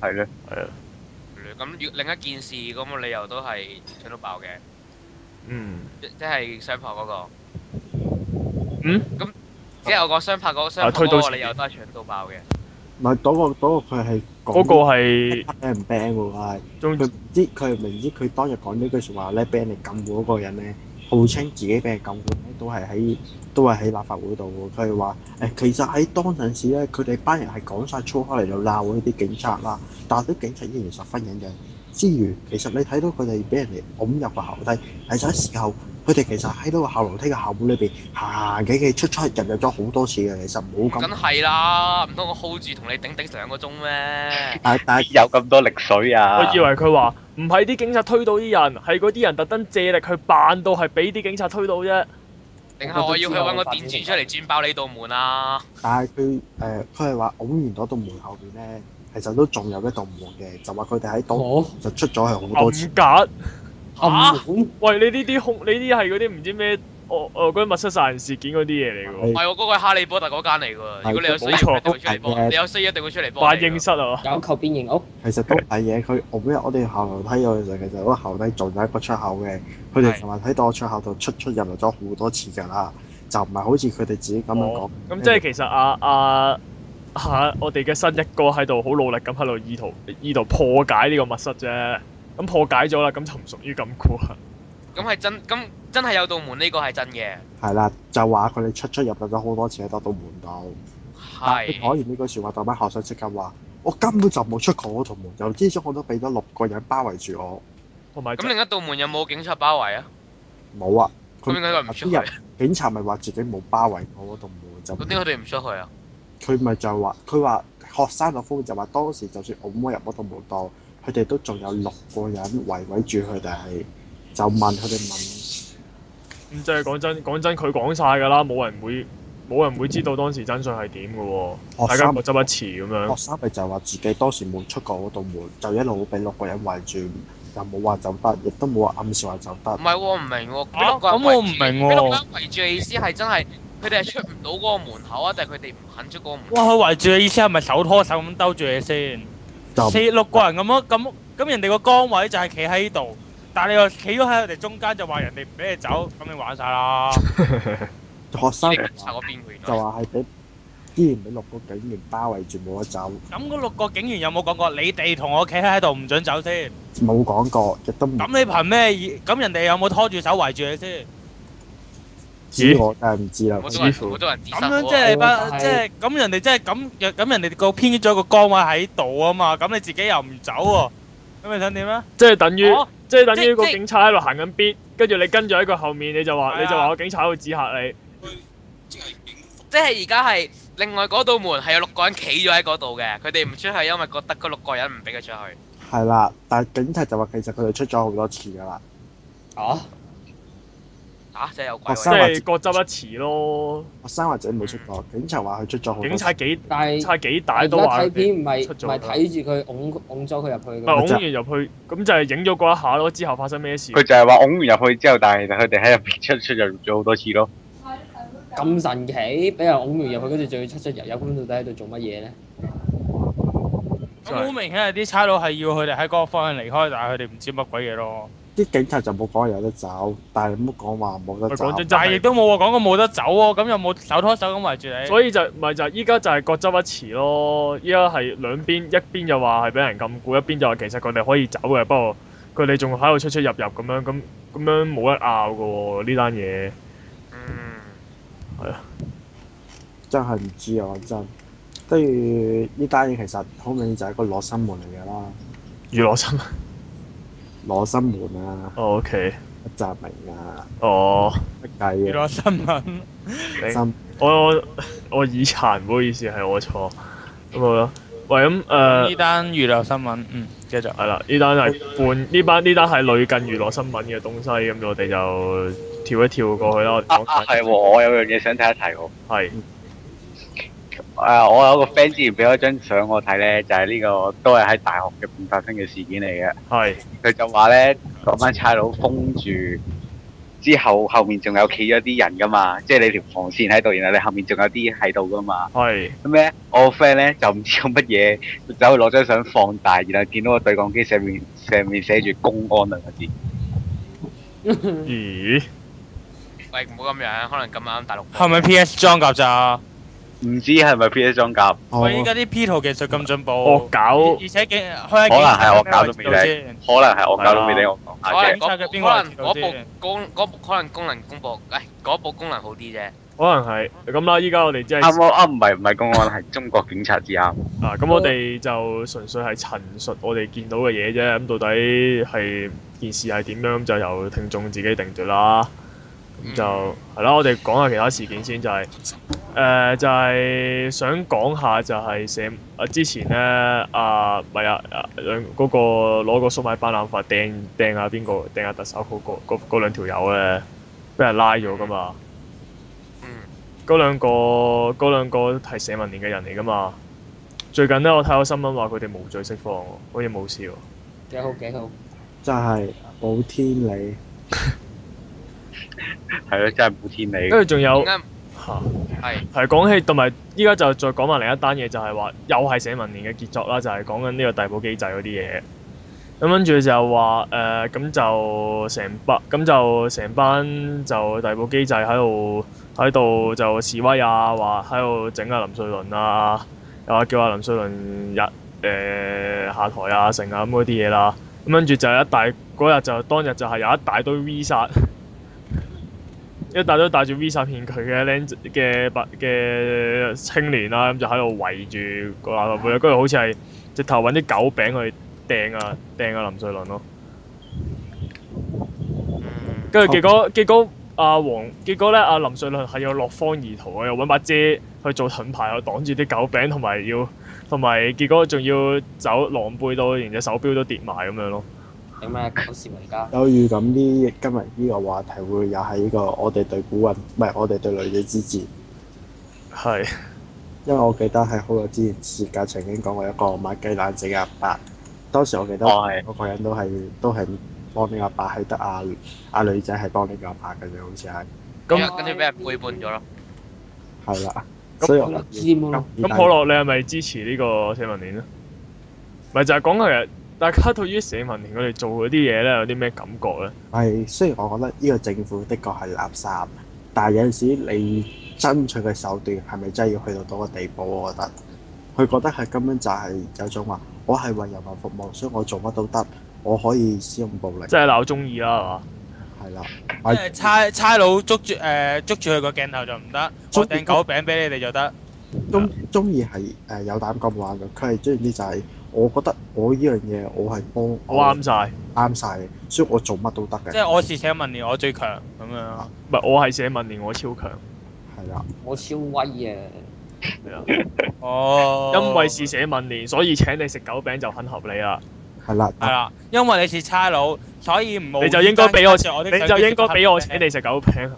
[SPEAKER 7] 係咯，
[SPEAKER 3] 咁要另一件事咁個理由都係蠢到爆嘅，
[SPEAKER 5] 嗯，
[SPEAKER 3] 即即係雙拍嗰個。
[SPEAKER 5] 嗯？
[SPEAKER 3] 咁即係我講雙拍嗰雙
[SPEAKER 5] 啊
[SPEAKER 3] 拍
[SPEAKER 5] 推到
[SPEAKER 3] 嗰個
[SPEAKER 5] 前
[SPEAKER 3] 理由都係蠢到爆嘅。
[SPEAKER 2] 唔係嗰個嗰個佢係
[SPEAKER 5] 嗰個
[SPEAKER 2] 講
[SPEAKER 5] 係
[SPEAKER 2] 俾人 ban 喎，係
[SPEAKER 5] 仲
[SPEAKER 2] 佢唔知佢明知佢當日講呢句説話咧，俾人哋禁錮嗰個人咧，號稱自己俾人禁錮咧，都係喺都係喺立法會度喎。佢係話誒，其實喺當陣時咧，佢哋班人係講晒粗口嚟到鬧呢啲警察啦，但係啲警察依然十分忍讓。之餘，其實你睇到佢哋俾人哋擁入個後梯，其實喺時候佢哋其實喺到個後樓梯嘅後門裏邊行行幾幾出出入入咗好多次嘅，其實冇咁
[SPEAKER 3] 梗。係啦，唔通我 hold 住同你頂頂兩個鐘
[SPEAKER 2] [laughs]
[SPEAKER 3] 咩？
[SPEAKER 2] 但但
[SPEAKER 7] 有咁多力水啊！
[SPEAKER 5] 我以為佢話唔係啲警察推到啲人，係嗰啲人特登借力去扮到係俾啲警察推到啫。
[SPEAKER 3] 定係我要去揾個電鑽出嚟鑽爆你道門啊！
[SPEAKER 2] 但係佢誒，佢係話拱完嗰道門後邊咧，其實都仲有一道門嘅，就話佢哋喺度
[SPEAKER 6] 我
[SPEAKER 2] 就出咗去好多次
[SPEAKER 5] 暗。格，
[SPEAKER 6] 暗管
[SPEAKER 5] 喂，你呢啲控，你呢啲係嗰啲唔知咩，哦哦嗰啲密室殺人事件嗰啲嘢嚟
[SPEAKER 2] 哦
[SPEAKER 5] 㗎喎，
[SPEAKER 3] 唔係喎，嗰個係哈利波特嗰間嚟㗎。如果你有需要，一定會出嚟幫。你有需要一定會出嚟幫。
[SPEAKER 5] 扮應室啊！
[SPEAKER 6] 有求變形屋，
[SPEAKER 2] 其實都係嘢，佢我咩？我哋行樓梯嗰陣時，其實嗰後梯仲有一個出口嘅，佢哋琴日喺到個出口度出出入入咗好多次㗎啦，就唔係好似佢哋自己咁樣講
[SPEAKER 5] 哦。咁即係其實啊啊啊，我哋嘅新一哥喺度好努力咁喺度意圖意圖破解呢個密室啫。咁破解咗啦，咁啊就唔屬於禁錮啦。
[SPEAKER 3] 咁係真，咁真係有道門呢個係真嘅。
[SPEAKER 2] 係啦，就話佢哋出出入入咗好多次喺嗰道門度。但係佢講
[SPEAKER 3] 係。
[SPEAKER 2] 完呢句説話，就班學生即刻話：我根本就冇出過嗰道門，由之中我都俾咗六個人包圍住我。
[SPEAKER 5] 同埋就
[SPEAKER 3] 咁另一道門有冇警察包圍啊？
[SPEAKER 2] 冇啊！
[SPEAKER 3] 咁點解佢唔出
[SPEAKER 2] 啲
[SPEAKER 3] 去
[SPEAKER 2] 人？警察咪話自己冇包圍我嗰度門，就
[SPEAKER 3] 咁點解佢哋唔出去啊？
[SPEAKER 2] 佢咪就話佢話學生落風就話當時就算我摸入嗰度門度，佢哋都仲有六個人圍圍住佢哋係，就問佢哋問
[SPEAKER 5] 咁即係講真講真，佢講晒㗎啦，冇人會冇人會知道當時真相係點㗎喎。大
[SPEAKER 2] 學
[SPEAKER 5] 家
[SPEAKER 2] 生
[SPEAKER 5] 各執一詞咁樣
[SPEAKER 2] 學。生咪就話自己當時冇出過嗰度門，就一路俾六個人圍住，又冇話走得，亦都冇話暗示話走得
[SPEAKER 3] 唔。係喎，唔明喎。
[SPEAKER 1] 啊咁我唔明喎
[SPEAKER 3] 俾六個人圍住嘅意思係真係佢哋係出唔到嗰個門口啊，定係佢哋唔肯出嗰個門
[SPEAKER 1] 喎。哇！
[SPEAKER 3] 口？
[SPEAKER 1] 佢圍住嘅意思係咪手拖手咁兜住你先？
[SPEAKER 2] 就
[SPEAKER 1] 四六個人咁樣咁咁，人哋個崗位就係企喺度，但係你又企咗喺我哋中間，就話人哋唔俾你走，咁你玩晒啦。
[SPEAKER 2] 學生
[SPEAKER 3] 你警察嗰邊喎，原
[SPEAKER 2] 就
[SPEAKER 3] 來
[SPEAKER 2] 話係俾依然俾六個警員包圍住冇得走，
[SPEAKER 1] 咁嗰六個警員有冇講過你哋同我企喺度唔准走先？
[SPEAKER 2] 冇講過，亦都唔
[SPEAKER 1] 咁你憑咩意？咁人哋有冇拖住手圍住你先？
[SPEAKER 2] 知我真係唔知啦。
[SPEAKER 3] 好多人好多人自殺
[SPEAKER 1] 咁
[SPEAKER 3] 喎
[SPEAKER 1] 樣即係不
[SPEAKER 6] 但係
[SPEAKER 1] 即係咁人哋即係咁咁人哋個編咗個崗位喺度啊嘛，咁你自己又唔走喎，咁你想點咧？
[SPEAKER 5] 即係等於
[SPEAKER 1] 哦
[SPEAKER 5] 即係等於
[SPEAKER 1] 即
[SPEAKER 5] 個
[SPEAKER 1] 即
[SPEAKER 5] 警察喺度行緊 b 跟住你跟住喺佢後面，你就
[SPEAKER 1] 係
[SPEAKER 5] 話
[SPEAKER 1] 啊
[SPEAKER 5] 你就話個警察喺度指嚇你。
[SPEAKER 3] 即係而家係另外嗰道門係有六個人企咗喺嗰度嘅，佢哋唔出去，因為覺得嗰六個人唔俾佢出去。
[SPEAKER 2] 係啦，但係警察就話其實佢哋出咗好多次㗎啦。
[SPEAKER 6] 啊，
[SPEAKER 3] 啊，真係有鬼
[SPEAKER 2] 學
[SPEAKER 5] 即
[SPEAKER 2] 生
[SPEAKER 3] 喎！
[SPEAKER 5] 係各執一詞咯。
[SPEAKER 2] 學生或者冇出過，警察話佢出咗好多次。
[SPEAKER 5] 嗯警察幾
[SPEAKER 6] 但係
[SPEAKER 5] 警察幾大
[SPEAKER 6] 而家
[SPEAKER 5] 都話
[SPEAKER 6] 睇
[SPEAKER 5] 佢哋
[SPEAKER 6] 片唔係
[SPEAKER 5] 出咗
[SPEAKER 6] 唔係睇住佢擁擁咗佢入去
[SPEAKER 5] 唔係
[SPEAKER 6] 㗎嘛，
[SPEAKER 5] 拱完入去，咁就係影咗嗰一下咯。之後發生咩事？
[SPEAKER 7] 佢就係話拱完入去之後，但係其實佢哋喺入邊出出入入咗好多次咯。
[SPEAKER 6] 咁神奇，俾人拱完入去，跟住仲要出出入入，咁到底喺度做乜嘢咧？
[SPEAKER 1] 咁好明顯係啲差佬係要佢哋喺嗰個方向離開，但係佢哋唔知乜鬼嘢咯。
[SPEAKER 2] 啲警察就冇講有得走，但係冇講話冇得
[SPEAKER 5] 喂
[SPEAKER 2] 走
[SPEAKER 5] 講。真真
[SPEAKER 1] 但係亦
[SPEAKER 5] 係，
[SPEAKER 1] 都冇話講過冇得走喎，咁又冇手拖手咁圍住你。
[SPEAKER 5] 所以就咪就係依家就係各執一詞咯。依家係兩邊，一邊就話係俾人禁錮，一邊就話其實佢哋可以走嘅，不過佢哋仲喺度出出入入咁樣，咁咁樣冇得拗嘅喎呢單嘢。
[SPEAKER 3] 嗯，
[SPEAKER 2] 真係唔知啊！講真，跟住呢單嘢其實好明顯就係一個攞新門嚟㗎啦，
[SPEAKER 5] 娛樂新聞。
[SPEAKER 2] 攞新門啊，
[SPEAKER 5] O K，
[SPEAKER 2] 習明啊，
[SPEAKER 5] 哦，
[SPEAKER 2] 乜計
[SPEAKER 1] 娛
[SPEAKER 2] 啊
[SPEAKER 1] 樂新聞，
[SPEAKER 5] 你
[SPEAKER 2] 新
[SPEAKER 5] 我我我耳殘，唔好意思，係我錯。咁好啦，喂咁誒。
[SPEAKER 1] [laughs]
[SPEAKER 5] 呃
[SPEAKER 1] 呢單娛樂新聞，嗯，繼續。
[SPEAKER 5] 係啦，呢單係半呢班呢單係類近娛樂新聞嘅東西，咁我哋就跳一跳過去啦。我哋
[SPEAKER 7] 啊
[SPEAKER 5] 講
[SPEAKER 7] 啊，係喎，我有樣嘢想睇一睇喎。
[SPEAKER 5] 係
[SPEAKER 7] 誒，我有個 friend 之前俾咗張相我睇咧，就係呢個都係喺大學入邊發生嘅事件嚟嘅。
[SPEAKER 5] 係
[SPEAKER 7] 佢就話咧，嗰班差佬封住之後，後面仲有企咗啲人噶嘛，即係你條防線喺度，然後你後面仲有啲喺度噶嘛。
[SPEAKER 5] 係
[SPEAKER 7] 咁咧，我個 friend 咧就唔知用乜嘢，走去攞張相放大，然後見到個對講機上面上面寫住公安啊兩個字。
[SPEAKER 5] 嗯咦
[SPEAKER 3] 喂，唔好咁樣，可能咁啱大陸
[SPEAKER 1] 係咪 PS 裝甲咋？
[SPEAKER 7] 唔知係咪 P.S. 裝甲？
[SPEAKER 1] 喂，依
[SPEAKER 2] 哦
[SPEAKER 1] 家啲 P 圖技術咁進步，
[SPEAKER 5] 惡搞
[SPEAKER 1] 而而且警可
[SPEAKER 7] 可能係我搞都未
[SPEAKER 1] 先
[SPEAKER 7] 定，。可能係我搞都未定，我講
[SPEAKER 3] 可
[SPEAKER 7] 下
[SPEAKER 3] 能嗰
[SPEAKER 7] 啫。
[SPEAKER 1] 警察嘅邊個係
[SPEAKER 3] 可能
[SPEAKER 1] 鐵路
[SPEAKER 3] 嗰
[SPEAKER 1] 啫
[SPEAKER 3] 部功嗰部可能功能公佈，誒嗰部功能好啲啫。
[SPEAKER 5] 可能係咁啦。依家我哋即係
[SPEAKER 7] 啱啱啊啱唔係唔係公安，係中國警察至啱。
[SPEAKER 5] 啊，咁我哋就純粹係陳述我哋見到嘅嘢啫。咁到底係件事係點樣，咁就由聽眾自己定奪啦。咁就係啦，我哋講下其他事件先，就係、誒、就係、想講下就係社啊之前咧啊唔係啊啊兩嗰、個攞個粟米斑腩法掟掟下邊個掟下特首嗰、個嗰嗰兩條友咧，俾人拉咗噶嘛。
[SPEAKER 3] 嗯，
[SPEAKER 5] 嗰兩個嗰兩個係社民連嘅人嚟噶嘛。最近咧，我睇到新聞話佢哋無罪釋放喎，好似冇事喎。
[SPEAKER 6] 幾好幾好，
[SPEAKER 2] 真係冇天理，
[SPEAKER 7] 係咯，真係冇天理
[SPEAKER 5] 跟。住仲有
[SPEAKER 3] 點解
[SPEAKER 5] 嚇。
[SPEAKER 3] 係
[SPEAKER 5] 係講起，同埋依家就再講埋另一單嘢，就係話又係社民連嘅傑作啦，就係講緊呢個遞補機制嗰啲嘢。咁跟住就話誒，呃咁、就成班咁就成班就遞補機制喺度喺度就示威啊，話喺度整阿林瑞麟啊，又話叫阿林瑞麟日誒下台啊，成啊咁嗰啲嘢啦。咁跟住就有一大嗰日就當日就係有一大堆 Visa。一大堆帶住 Visa 騙佢嘅僆仔嘅白嘅青年啦，咁就喺度圍住個垃圾杯，跟住好似係直頭揾啲狗餅去掟啊掟啊林瑞麟咯。
[SPEAKER 3] 嗯
[SPEAKER 5] 跟住結果結果阿黃結果咧阿林瑞麟係要落荒而逃啊，又揾把遮去做盾牌，又擋住啲狗餅，同埋要同埋結果仲要走狼狽到連隻手錶都跌埋咁樣咯。
[SPEAKER 6] 頂咩搞事嚟家？
[SPEAKER 2] 有預感呢今日呢個話題會有喺呢個我哋對古運，唔係我哋對女仔之戰。
[SPEAKER 5] 係
[SPEAKER 2] 因為我記得喺好耐之前時間曾經講過一個賣雞蛋仔嘅阿伯，當時我記得
[SPEAKER 7] 哦係
[SPEAKER 2] 嗰個人都係都係幫呢個阿伯，係得阿阿女仔係幫呢個阿伯嘅啫，好似係
[SPEAKER 3] 跟
[SPEAKER 5] 咁
[SPEAKER 3] 住跟住俾人背叛咗咯。
[SPEAKER 2] 係啦。
[SPEAKER 5] 咁
[SPEAKER 2] 所以我
[SPEAKER 6] 好尖咯，
[SPEAKER 5] 咁可樂，你係咪支持呢個社民連咧？咪就係講佢，大家對於社民連佢哋做嗰啲嘢咧，有啲咩感覺咧？
[SPEAKER 2] 係雖然我覺得呢個政府的確係垃圾，但係有陣時你爭取嘅手段係咪真係要去到嗰個地步？我覺得佢覺得係根本就係有種話，我係為人民服務，所以我做乜都得，我可以使用暴力，
[SPEAKER 5] 即係鬧中意啦，係嘛？
[SPEAKER 2] 係啦。
[SPEAKER 1] 即係差差佬捉住誒捉住佢個鏡頭就唔得，
[SPEAKER 2] 捉
[SPEAKER 1] 我
[SPEAKER 2] 住
[SPEAKER 1] 掟狗餅俾你哋就得。
[SPEAKER 2] 中中意係誒有膽咁玩嘅，佢係中意啲就係我覺得我呢樣嘢我係幫
[SPEAKER 5] 我啱晒，
[SPEAKER 2] 啱晒嘅，所以我做乜都得
[SPEAKER 1] 即
[SPEAKER 2] 嘅，
[SPEAKER 1] 係我是社民連，我最強咁樣。
[SPEAKER 5] 唔係我係社民連，我超強。
[SPEAKER 2] 係啦，
[SPEAKER 6] 我超威啊！
[SPEAKER 1] 哦，
[SPEAKER 5] 因為是社民連，所以請你食狗餅就很合理啦。
[SPEAKER 2] 係啦，
[SPEAKER 1] 係啦，因為你是差佬，所以唔好
[SPEAKER 5] 你就應該俾哦我，
[SPEAKER 1] 我的
[SPEAKER 5] 你
[SPEAKER 1] 手
[SPEAKER 5] 就
[SPEAKER 1] 機
[SPEAKER 5] 應該俾我請
[SPEAKER 1] 俾
[SPEAKER 5] 你食狗餅。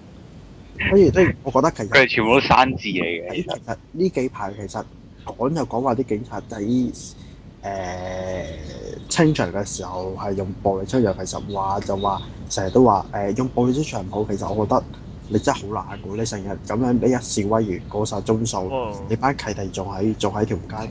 [SPEAKER 2] 所以咧，我覺得其
[SPEAKER 7] 佢
[SPEAKER 2] 實
[SPEAKER 7] 哋全部都山字嚟嘅，
[SPEAKER 2] 其實呢幾排其實講就講話啲警察喺誒、清場嘅時候係用暴力出場，其實話就話成日都話誒、用暴力出場唔好，其實我覺得你真係好難喎！你成日咁樣俾人示威完過晒鐘數，
[SPEAKER 5] 哦，
[SPEAKER 2] 你班契弟仲喺仲喺條街度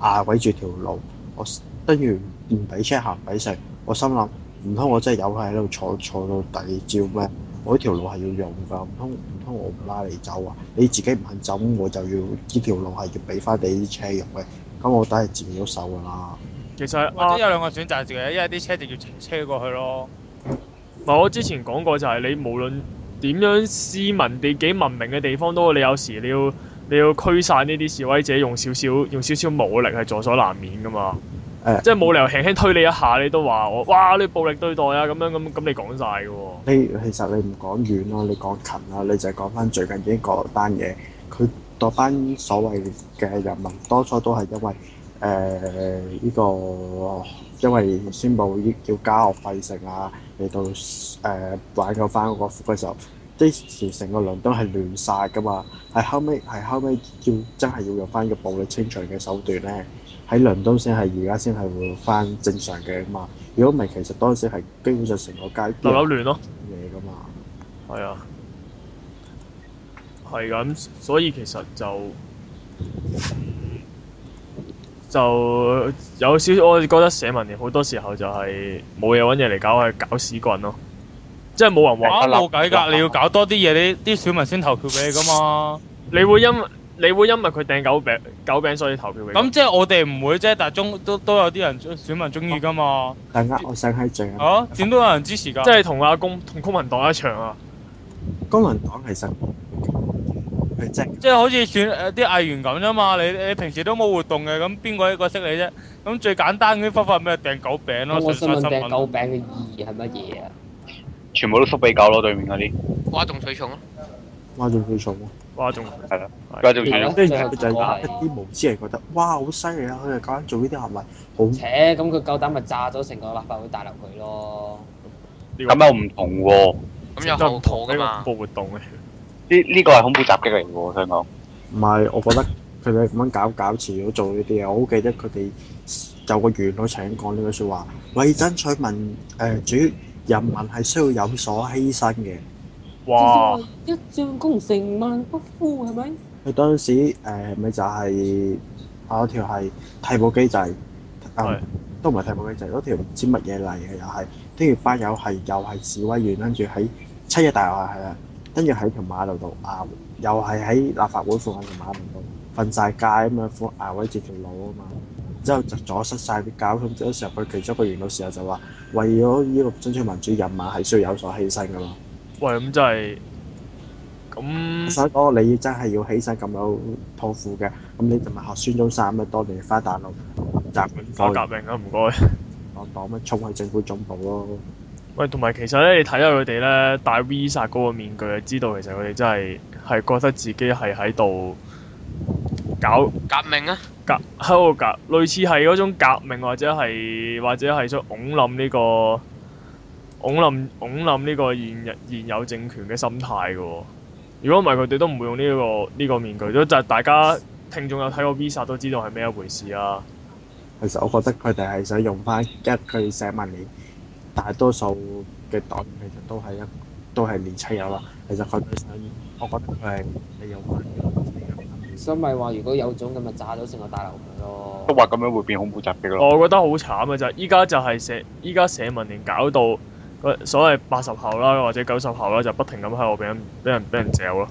[SPEAKER 2] 啊圍住條路，我跟住唔俾車行，唔俾食，我心諗唔通我真係有喺度坐坐到第二朝咩？我呢條路係要用㗎，唔通唔通我唔拉你走啊？你自己唔肯走，咁我就要呢條路係要俾翻你啲車用嘅，咁我梗係自己都手㗎啦。
[SPEAKER 5] 其實係
[SPEAKER 1] 或
[SPEAKER 5] 啱
[SPEAKER 1] 者有兩個選擇嘅，一係啲車就要停車過去咯。
[SPEAKER 5] 唔係我之前講過就係你無論點樣斯文地幾文明嘅地方都好，你有時你要你要驅散呢啲示威者，用少少用少少武力係在所難免噶嘛。
[SPEAKER 2] 誒
[SPEAKER 5] 即係冇理由輕輕推你一下，你都話我哇你暴力對待啊咁樣咁咁，你講晒嘅喎。
[SPEAKER 2] 你其實你唔講遠咯，你講近啦，你就係講翻最近英國嗰單嘢。佢嗰班所謂嘅人民，當初都係因為誒呢、呃個，因為宣布要要加學費成啊，嚟到誒、呃挽救翻嗰個富貴時候，即時成個倫敦係亂晒噶嘛。係後尾係後尾要真係要用翻個暴力清除嘅手段咧，喺倫敦先係而家先係會翻正常嘅嘛。如果唔係，其實當時係基本上成個街
[SPEAKER 5] 流流亂咯，
[SPEAKER 2] 嘢噶嘛。
[SPEAKER 5] 係啊，係咁，所以其實就就有少少，我覺得社民連好多時候就係冇嘢揾嘢嚟搞，係搞屎棍咯，即係冇人話
[SPEAKER 1] 啊，冇計㗎，你要搞多啲嘢，你啲選民先投票俾你㗎嘛。
[SPEAKER 5] 你會因你會因為佢掟狗餅狗餅所以投票俾佢
[SPEAKER 1] 咁即係我哋唔會啫，但係中都都有啲人選民中意㗎嘛。
[SPEAKER 2] 但呃我想喺最近，
[SPEAKER 1] 啊，點都有人支持㗎。
[SPEAKER 5] 即係同阿公同公民黨一場啊！
[SPEAKER 2] 公民黨其實佢即係
[SPEAKER 1] 即係好似選誒啲藝員咁啫嘛，你你平時都冇活動嘅，咁邊個一個識你啫？咁最簡單嘅方法係咩？掟狗餅咯，
[SPEAKER 6] 咁我
[SPEAKER 1] 上
[SPEAKER 6] 想
[SPEAKER 1] 上
[SPEAKER 6] 問
[SPEAKER 1] 新
[SPEAKER 6] 掟
[SPEAKER 1] 聞。
[SPEAKER 6] 狗餅嘅意義係乜嘢啊？
[SPEAKER 7] 全部都縮俾狗咯，對面嗰啲。
[SPEAKER 3] 哗眾取寵咯。
[SPEAKER 2] 哇仲最重喎，
[SPEAKER 5] 哇，仲
[SPEAKER 7] 佢仲
[SPEAKER 6] 係咯
[SPEAKER 7] 要
[SPEAKER 2] 跟住
[SPEAKER 6] 最後
[SPEAKER 2] 佢就
[SPEAKER 6] 結果
[SPEAKER 2] 係一
[SPEAKER 6] 係，
[SPEAKER 2] 啲無知人覺得哇好犀利啊！佢哋搞緊做呢啲行為好
[SPEAKER 6] 扯咁佢夠膽咪炸咗成個立法會大樓佢咯。
[SPEAKER 7] 咁啊又唔同喎。
[SPEAKER 3] 咁有
[SPEAKER 5] 就
[SPEAKER 3] 後
[SPEAKER 5] 唔
[SPEAKER 3] 果㗎
[SPEAKER 5] 同呢個恐
[SPEAKER 3] 啊嘛？
[SPEAKER 5] 怖活動嘅，
[SPEAKER 7] 呢呢個係恐怖襲擊嚟嘅喎，我想講。
[SPEAKER 2] 唔係，我覺得佢哋咁樣搞搞遲早做呢啲嘢。我好記得佢哋有個元老曾經講呢句説話：為爭取民誒、呃主人民係需要有所犧牲嘅。
[SPEAKER 5] 哇！！
[SPEAKER 6] 一將功成萬骨枯係咪？
[SPEAKER 2] 佢當時誒咪、就係、啊有條係替補機制，
[SPEAKER 5] 係
[SPEAKER 2] 啊都唔係替補機制，嗰條唔知乜嘢嚟嘅又係，跟住班友係又係示威完，跟住喺七一大學係啦，跟住喺條馬路度拗，又係喺立法會附近條馬路度瞓晒街咁樣苦拗位住條路啊嘛，之後就阻塞晒啲交通，嗰時候佢其中一個元老時候就話，為咗呢個爭取民主人民係需要有所犧牲噶嘛。
[SPEAKER 5] 喂，咁真係咁
[SPEAKER 2] 所以講你真係要起身咁有抱負嘅，咁你就咪學孫中山咁樣當年翻大陸集港
[SPEAKER 5] 搞革命啊！唔該。
[SPEAKER 2] 黨黨咁衝去政府總部咯。
[SPEAKER 5] 喂，同埋其實咧，你睇下佢哋咧戴 V 煞嗰個面具，就知道其實佢哋真係係覺得自己係喺度搞
[SPEAKER 3] 革命啊！
[SPEAKER 5] 革喺度革，類似係嗰種革命或者係或者係想擁冧呢個擁冧擁冧呢個現日現有政權嘅心態嘅喎。如果唔係，佢哋都唔會用呢、個呢、個面具。都就係大家聽眾有睇過 V 煞都知道係咩一回事啊。
[SPEAKER 2] 其實我覺得佢哋係想用翻一佢社民連大多數嘅黨員其實都係一都係年青人啦。其實佢哋想，我覺得佢係利用翻呢個年青人
[SPEAKER 6] 所以咪話如果有種咁咪炸咗成個大樓佢咯。
[SPEAKER 7] 都話咁樣會變恐怖襲擊咯。
[SPEAKER 5] 我覺得好慘嘅就係依家就係社依家社民連搞到個所謂八十後啦，或者九十後啦，就不停咁喺度俾人俾人俾人嚼咯。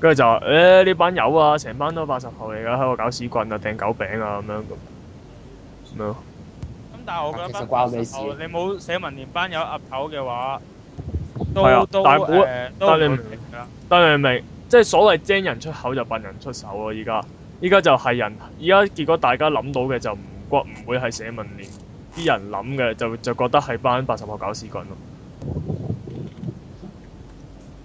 [SPEAKER 5] 跟住就話誒呢班友啊，成班都八十後嚟㗎，喺度搞屎棍啊、掟狗餅啊咁樣咁樣咯。
[SPEAKER 1] 咁但係我覺得
[SPEAKER 6] 其實關你事
[SPEAKER 1] 你冇社民連班友岌頭嘅話，
[SPEAKER 5] 係
[SPEAKER 1] 都
[SPEAKER 5] 啊
[SPEAKER 1] 都
[SPEAKER 5] 但係冇
[SPEAKER 1] 誒都
[SPEAKER 5] 但係你
[SPEAKER 1] 唔會
[SPEAKER 5] 唔
[SPEAKER 1] 停㗎啦。
[SPEAKER 5] 但係明唔明？即係所謂精人出口就笨人出手咯、依家依家就係人，依家結果大家諗到嘅就唔關唔會係社民連啲人諗嘅，就就覺得係班八十後搞屎棍咯。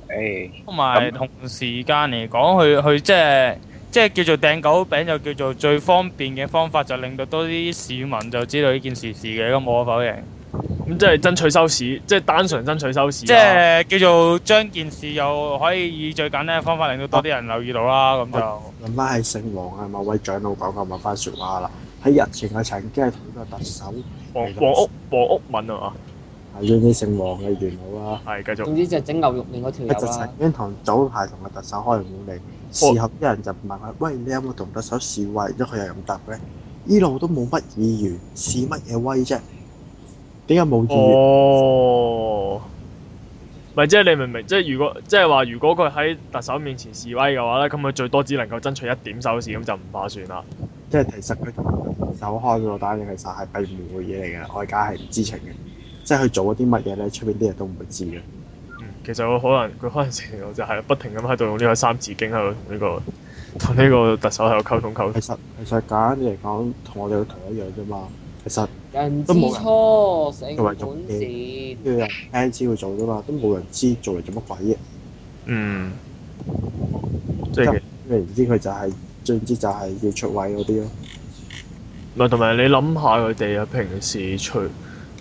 [SPEAKER 7] 誒，
[SPEAKER 1] 同埋同時間嚟講，佢佢即係即係叫做掟狗餅，就叫做最方便嘅方法，就令到多啲市民就知道呢件事事嘅。咁無可否認，
[SPEAKER 5] 咁即係爭取收市，即係單純爭取收啊市啦。
[SPEAKER 1] 即係叫做將件事又可以以最簡單嘅方法令到多啲人留意到啦。咁就。
[SPEAKER 2] 諗翻係聖王啊某位長老講嘅某番説話啦。喺日前佢曾經係同呢個特首
[SPEAKER 5] 黃黃屋黃屋敏啊嘛，
[SPEAKER 2] 係冤啲姓王嘅元老啦。
[SPEAKER 5] 係繼續
[SPEAKER 6] 總之就整牛肉麵嗰條
[SPEAKER 2] 一
[SPEAKER 6] 友
[SPEAKER 2] 就
[SPEAKER 6] 啦
[SPEAKER 2] 曾。經同早排同個特首開會嚟，事後啲人就問佢：喂，你有冇同特首示威？咗佢又咁答嘅，呢路都冇乜議員，示乜嘢威啫？點解冇議員？
[SPEAKER 5] 哦，咪即係你明唔明？即係如果即係話，如果佢喺特首面前示威嘅話咧，咁佢最多只能夠爭取一點收視，咁就唔划算啦。
[SPEAKER 2] 即係其實佢同特首開嗰個單嘢其實係閉門會議嚟嘅，外界係唔知情嘅。即係佢做咗啲乜嘢咧，出邊啲人都唔會知嘅。
[SPEAKER 5] 嗯，其實佢可能佢可能成日就係不停咁喺度用呢個三字經喺度同呢個同呢個特首喺度溝通溝
[SPEAKER 2] 其
[SPEAKER 5] 通。
[SPEAKER 2] 實其實簡單啲嚟講，同我哋同一樣啫嘛。其實
[SPEAKER 6] 人之
[SPEAKER 2] 都冇人
[SPEAKER 6] 初，性
[SPEAKER 2] 都係
[SPEAKER 6] 本
[SPEAKER 2] 做嘢
[SPEAKER 6] 善。
[SPEAKER 2] 要有人聽先會做啫嘛，都冇人知做嚟做乜鬼嘢。
[SPEAKER 5] 嗯，即係其
[SPEAKER 2] 你唔知佢就係、總之就係要出位嗰啲咯。
[SPEAKER 5] 唔係，同埋你諗下佢哋啊，平時除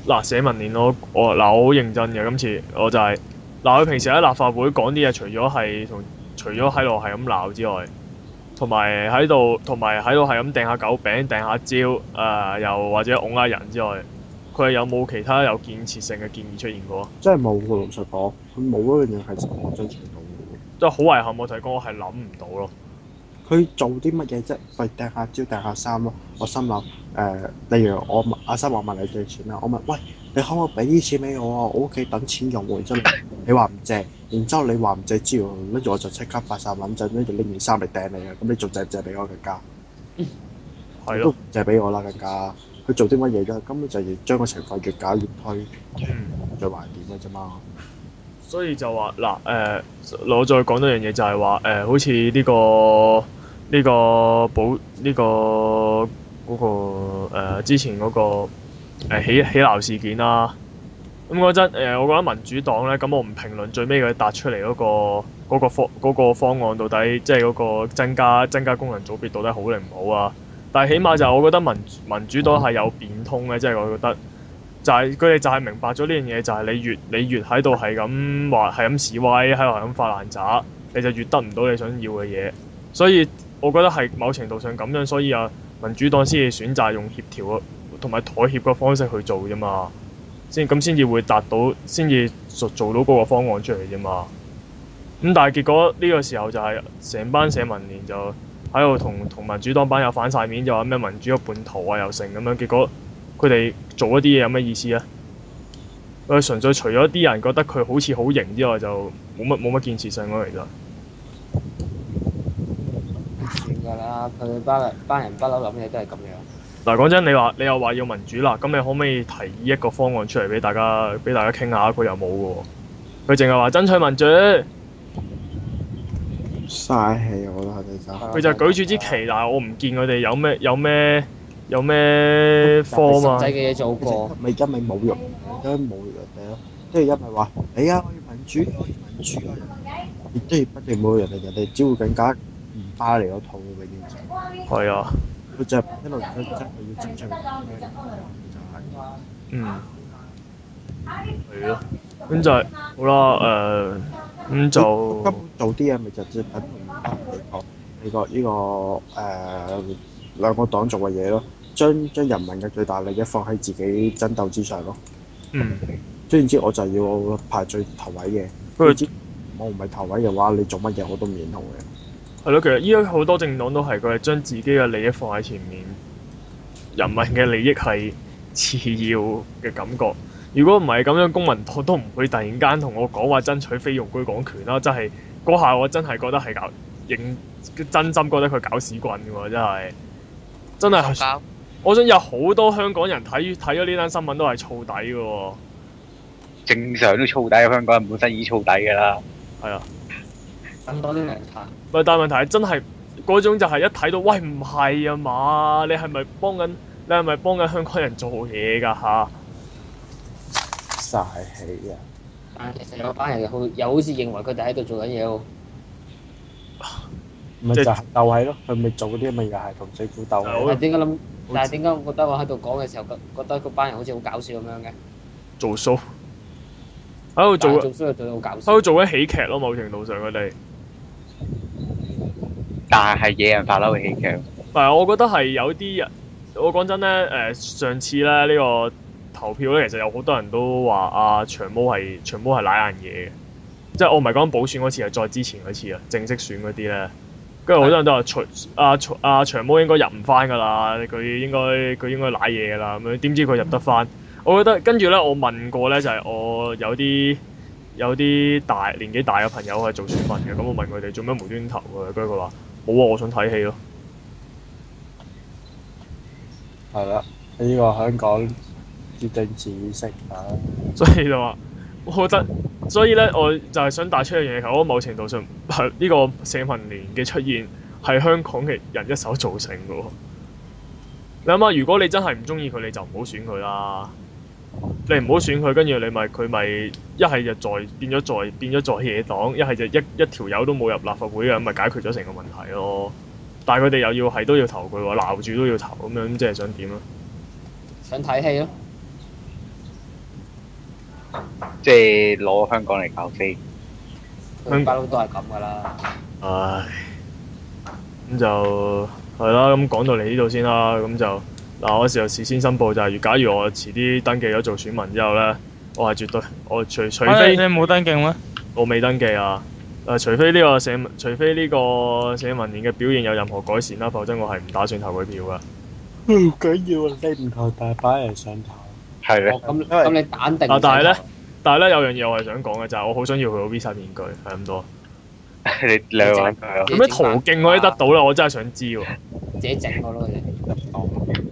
[SPEAKER 5] 嗱社民連我我嗱我好認真嘅，今次我就係嗱佢平時喺立法會講啲嘢，除咗係同除咗喺度係咁鬧之外，同埋喺度同埋喺度係咁掟下狗餅、掟下蕉，誒、又或者拱下人之外，佢係有冇其他有建設性嘅建議出現過？
[SPEAKER 2] 真係冇喎，老實講，佢冇嗰樣嘢係我追隨到嘅
[SPEAKER 5] 即係好遺憾，我提講我係諗唔到咯。
[SPEAKER 2] 喎。佢做啲乜嘢啫？咪掟下蕉、掟下衫咯。我心諗誒、例如我問阿生話問你借錢啦，我問喂，你可唔可以俾啲錢俾我啊？我屋企等錢用喎，然之後你你話唔借，然之後你話唔借之後，跟住我就即刻發晒撚陣，跟住拎件衫嚟掟你啊！咁你仲借唔借俾我更加？
[SPEAKER 5] 係
[SPEAKER 2] 都
[SPEAKER 5] 咯
[SPEAKER 2] 唔，借俾我啦，更加。佢做啲乜嘢啫？根本就係將個情況越搞越推，
[SPEAKER 5] 嗯。
[SPEAKER 2] 最壞點嘅啫嘛。
[SPEAKER 5] 所以就話嗱誒，我再講多樣嘢就係話誒，好似呢、個呢、個保呢、個嗰、個、呃、之前嗰、個、呃、起起鬧事件啦。咁嗰陣誒，我覺得民主黨咧，咁我唔評論最尾佢達出嚟嗰、個嗰、個方嗰、個方案到底即係嗰個增加增加功能組別到底好定唔好啊？但係起碼就係我覺得民民主黨係有變通嘅，即係我覺得。就係佢哋就係明白咗呢樣嘢，就係你越你越喺度係咁話係咁示威，喺度係咁發爛渣，你就越得唔到你想要嘅嘢。所以我覺得係某程度上咁樣，所以啊民主黨先至選擇用協調啊同埋妥協嘅方式去做啫嘛，先咁先至會達到，先至做做到嗰個方案出嚟啫嘛。咁但係結果呢個時候就係成班社民連就喺度同同民主黨班友反晒面，就話咩民主嘅叛徒啊又成咁樣，結果。佢哋做一啲嘢有咩意思啊？佢純粹除咗啲人覺得佢好似好型之外，就冇乜冇乜建設性咯。其實
[SPEAKER 6] 算㗎啦，佢班人班人不嬲諗嘢都係咁樣。
[SPEAKER 5] 嗱，講真，你話你又話要民主啦，咁你可唔可以提議一個方案出嚟俾大家俾大家傾下？佢又冇嘅喎，佢淨係話爭取民主，
[SPEAKER 2] 嘥氣，我覺得係真係。
[SPEAKER 5] 佢就舉住支旗，但係我唔見佢哋有咩有咩有咩科嘛
[SPEAKER 6] 啊實。際嘅嘢做
[SPEAKER 2] 其實
[SPEAKER 6] 過，
[SPEAKER 2] 咪因為冇用，因為冇用哋咯，即係因為話你啊，我要民主，我要民主啊，亦都要不斷冇人哋，人哋只會更加唔巴你嗰套嘅永遠就係。
[SPEAKER 5] 係啊，
[SPEAKER 2] 佢就係一路都真係要爭取民主就係
[SPEAKER 5] 嗯，係咯，咁就係好啦，誒、咁就
[SPEAKER 2] 根本做啲嘢咪就只等同美國美國呢、個誒、呃、兩個黨做嘅嘢咯，將將人民嘅最大利益放喺自己爭鬥之上咯。
[SPEAKER 5] 嗯。
[SPEAKER 2] 總言之，我就要排最頭位嘅。
[SPEAKER 5] 不過
[SPEAKER 2] 總之我唔係頭位嘅話，你做乜嘢我都唔認同嘅。
[SPEAKER 5] 係咯，其實依家好多政黨都係佢係將自己嘅利益放喺前面，人民嘅利益係次要嘅感覺。如果唔係咁樣，公民黨都唔會突然間同我講話爭取非用居港權啦。真係嗰下我真係覺得係搞認真心覺得佢搞屎棍嘅喎，真係真
[SPEAKER 3] 嘈
[SPEAKER 5] 係。
[SPEAKER 3] 交，
[SPEAKER 5] 我想有好多香港人睇睇咗呢單新聞都係燥底嘅喎。
[SPEAKER 7] 正常都燥底，啊香港人本身已經燥底㗎啦。
[SPEAKER 6] 等多啲人睇。
[SPEAKER 5] 喂，但係問題係真係嗰種就係一睇到，喂唔係啊嘛，你係咪幫緊你係咪幫緊香港人做嘢㗎吓？
[SPEAKER 2] 嘥氣啊！
[SPEAKER 6] 但係其實有班人好又好似認為佢哋喺度做緊嘢喎。
[SPEAKER 2] 咪
[SPEAKER 5] 即
[SPEAKER 2] 就
[SPEAKER 5] 係
[SPEAKER 2] 係鬥係咯，佢咪做啲咪又係同政府鬥
[SPEAKER 5] 好
[SPEAKER 6] 但
[SPEAKER 2] 咯。
[SPEAKER 6] 係點解諗？
[SPEAKER 5] 似
[SPEAKER 6] 但係點解我覺得我喺度講嘅時候，覺覺得嗰班人好似好搞笑咁樣嘅？
[SPEAKER 5] 做 show 喺度做啊
[SPEAKER 6] 但
[SPEAKER 5] 喺
[SPEAKER 6] 係做衰又做到好搞笑
[SPEAKER 5] 度。做緊喜劇咯，某程度上佢哋。
[SPEAKER 7] 但係惹人發嬲嘅喜劇。
[SPEAKER 5] 呃但係我覺得係有啲人，我講真咧，誒、上次咧呢、呢個投票咧，其實有好多人都話啊長毛係長毛係賴硬嘢嘅，即係哦我唔係講補選嗰次，係再之前嗰次啊，正式選嗰啲咧。跟住好多人都話長啊長啊長毛應該入唔翻㗎啦，佢應該佢應該賴嘢㗎啦咁樣，點知佢入得翻？我覺得跟住咧，我問過咧，就係、我有啲有啲大年紀大嘅朋友係做選民嘅，咁我問佢哋做咩無端投嘅，跟住佢話冇啊，我想睇戲咯。
[SPEAKER 2] 係啦，呢個香港決定自意識啊，
[SPEAKER 5] 所以就話，我覺得，所以咧，我就係想帶出一樣嘢，其實我某程度上係呢個社民連嘅出現係香港嘅人一手造成嘅喎。你諗下，如果你真係唔中意佢，你就唔好選佢啦。你唔好選佢，跟住你咪佢咪一係就在變咗在變咗在野黨，一係就一一條友都冇入立法會嘅，咁咪解決咗成個問題咯。但係佢哋又要係都要投佢喎，鬧住都要投咁樣，咁即係想點啊？
[SPEAKER 6] 想睇戲咯，
[SPEAKER 7] 即係攞香港嚟搞飛。
[SPEAKER 5] 嗯
[SPEAKER 6] 佢不嬲都係咁噶啦。
[SPEAKER 5] 唉，咁就係啦。咁講到嚟呢度先啦。咁就嗱，我就事先申報就係、假如我遲啲登記咗做選民之後咧，我係絕對我除除
[SPEAKER 1] 啊你
[SPEAKER 5] 非
[SPEAKER 1] 你冇登記咩？
[SPEAKER 5] 我未登記啊，誒、除非呢個社民除非呢個社民連嘅表現有任何改善啦，否則我係唔打算投佢票噶。
[SPEAKER 2] 唔緊要啊，你唔投大把人上頭。
[SPEAKER 7] 係咧
[SPEAKER 6] 哦，咁咁你蛋定？
[SPEAKER 5] 啊但係呢，但係咧有樣嘢我係想講嘅就係、我好想要佢個 Visa 面具，係咁多。，
[SPEAKER 7] [laughs] 你你去啊玩佢咯。
[SPEAKER 5] 有咩途徑可以得到咧？我真係想知喎。
[SPEAKER 6] 自己整個咯，你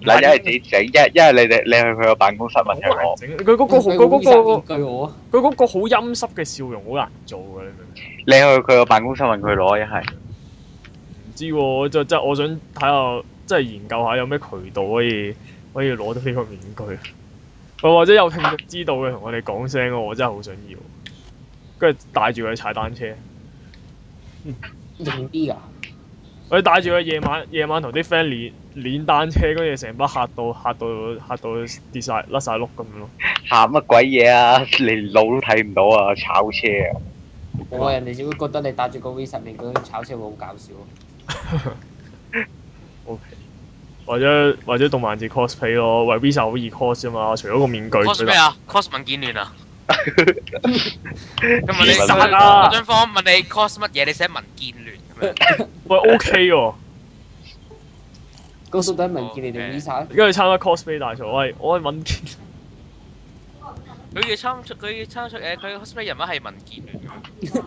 [SPEAKER 7] 嗱，一係自己整，一一係你哋你去佢個辦公室問佢
[SPEAKER 5] 好
[SPEAKER 7] 攞。
[SPEAKER 5] 難整，佢嗰個
[SPEAKER 6] 佢
[SPEAKER 5] 佢嗰
[SPEAKER 6] 面具我啊，
[SPEAKER 5] 個佢嗰個好陰濕嘅笑容好難做嘅，你明唔明？
[SPEAKER 7] 你去佢個辦公室問佢攞，一係
[SPEAKER 5] 唔知喎，就即係我想睇下，即係研究下有咩渠道可以可以攞到呢個面具，哦或或者有聽眾知道嘅同我哋講聲咯，我真係好想要。跟住帶住佢踩單車，
[SPEAKER 6] 型啲㗎。
[SPEAKER 5] 我哋帶住佢夜晚夜晚同啲 friend 練練單車，跟住成班嚇到嚇到嚇到跌晒甩晒碌咁樣咯。
[SPEAKER 7] 喊乜鬼嘢啊？ [laughs] 連路都睇唔到啊！炒車啊！
[SPEAKER 6] 我話人哋只會覺得你戴住個 V 十面具炒車會好搞笑。
[SPEAKER 5] O、k 或者或者動漫節 cosplay 咯，喂 Visa 好易 cos 啫嘛，除咗個面具
[SPEAKER 3] cos
[SPEAKER 5] 之
[SPEAKER 3] 咩
[SPEAKER 5] 外。
[SPEAKER 3] 啊？cos 民建聯
[SPEAKER 5] [laughs]
[SPEAKER 3] 啊？咁問你
[SPEAKER 7] 自
[SPEAKER 5] 殺啊
[SPEAKER 3] 我張方問你 cos 乜嘢？你寫民建聯咁樣。
[SPEAKER 5] 喂 OK 喎、
[SPEAKER 6] 咁到底文健你定 V 十咧？
[SPEAKER 5] 跟住參加 cosplay 大賽，喂我係揾見。
[SPEAKER 3] 佢要參出，佢要參出誒，佢 cosplay 人物係民建聯咁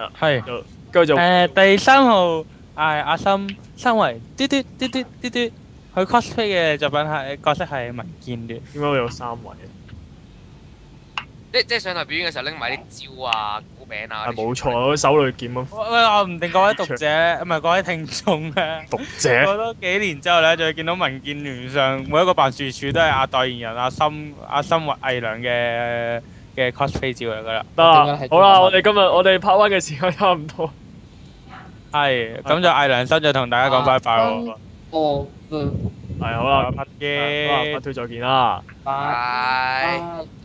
[SPEAKER 3] 樣。
[SPEAKER 1] 係
[SPEAKER 5] 跟 [laughs] 住就
[SPEAKER 1] 誒第三號係阿森，身為嘟嘟嘟嘟嘟嘟，佢 cosplay 嘅作品係角色係民建聯。
[SPEAKER 5] 點解會有三啊位咧？
[SPEAKER 3] 即即係上台表演嘅時候拎埋啲招啊、鼓名啊。
[SPEAKER 5] 係冇錯，。我手裏劍咁啊
[SPEAKER 1] 喂喂，我唔定各位讀者唔係各位聽眾咧，
[SPEAKER 5] 讀者
[SPEAKER 1] 過多幾年之後咧，就會見到民建聯上每一個辦事處都係阿代言人阿森阿森或偽良嘅嘅 cosplay 照嚟噶啦。
[SPEAKER 5] [laughs] 得
[SPEAKER 6] 點
[SPEAKER 5] 啦
[SPEAKER 6] 解係。
[SPEAKER 5] 好啦，
[SPEAKER 6] 中
[SPEAKER 5] 我
[SPEAKER 6] 文
[SPEAKER 5] 哋今日我哋拍 o 嘅時間差唔多，
[SPEAKER 1] 係，咁就偽良心就同大家講拜拜喎。
[SPEAKER 6] 哦，嗯
[SPEAKER 5] 係好
[SPEAKER 1] 好啦，拍
[SPEAKER 5] 啦，好啦，拍
[SPEAKER 1] 嘅，
[SPEAKER 5] 推再見啦。
[SPEAKER 6] 拜
[SPEAKER 3] 拜。
[SPEAKER 6] 拜。